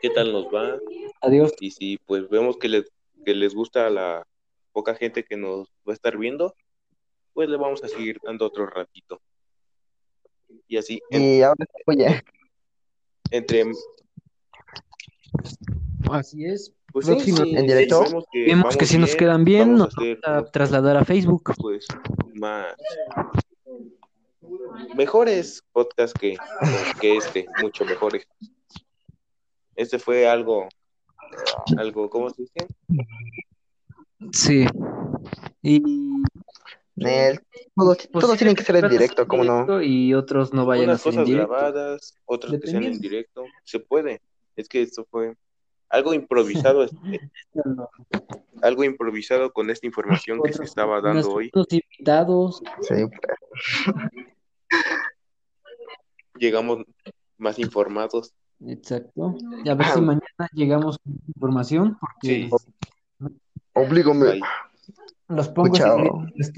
Speaker 3: qué tal nos va.
Speaker 2: Adiós.
Speaker 3: Y si pues vemos que les, que les gusta a la poca gente que nos va a estar viendo, pues le vamos a seguir dando otro ratito. Y así, en-
Speaker 1: Y ahora oye,
Speaker 3: entre...
Speaker 2: Así es.
Speaker 3: Pues sí,
Speaker 2: Próximo,
Speaker 3: sí,
Speaker 1: en directo.
Speaker 3: vemos que,
Speaker 2: Vemos
Speaker 3: vamos
Speaker 2: que si nos
Speaker 3: bien,
Speaker 2: quedan bien,
Speaker 3: vamos a
Speaker 2: nos
Speaker 3: hacer
Speaker 2: vamos a trasladar a Facebook.
Speaker 3: pues más Ah, mejores podcasts que, que este, mucho mejores. Este fue algo, algo, ¿cómo se dice?
Speaker 2: Sí. Y
Speaker 1: Nel, todos,
Speaker 2: Pues
Speaker 1: todos tienen que ser en directo, ¿cómo no?
Speaker 2: Y otros no vayan a
Speaker 3: Unas
Speaker 2: ser en
Speaker 3: cosas
Speaker 2: directo.
Speaker 3: grabadas, otras que sean en
Speaker 2: Dependiendo.
Speaker 3: directo. Se puede. Es que esto fue algo improvisado, este,
Speaker 2: No, no.
Speaker 3: algo improvisado con esta información que se
Speaker 2: Otros-
Speaker 3: estaba dando hoy.
Speaker 2: Unos invitados.
Speaker 1: Sí,
Speaker 3: Llegamos más informados.
Speaker 2: Exacto. Y a ver
Speaker 1: Ah.
Speaker 2: si mañana llegamos con información, porque
Speaker 3: Sí.
Speaker 1: oblígame.
Speaker 3: Ahí.
Speaker 2: los pongo
Speaker 1: Pues Escuchado.
Speaker 2: en este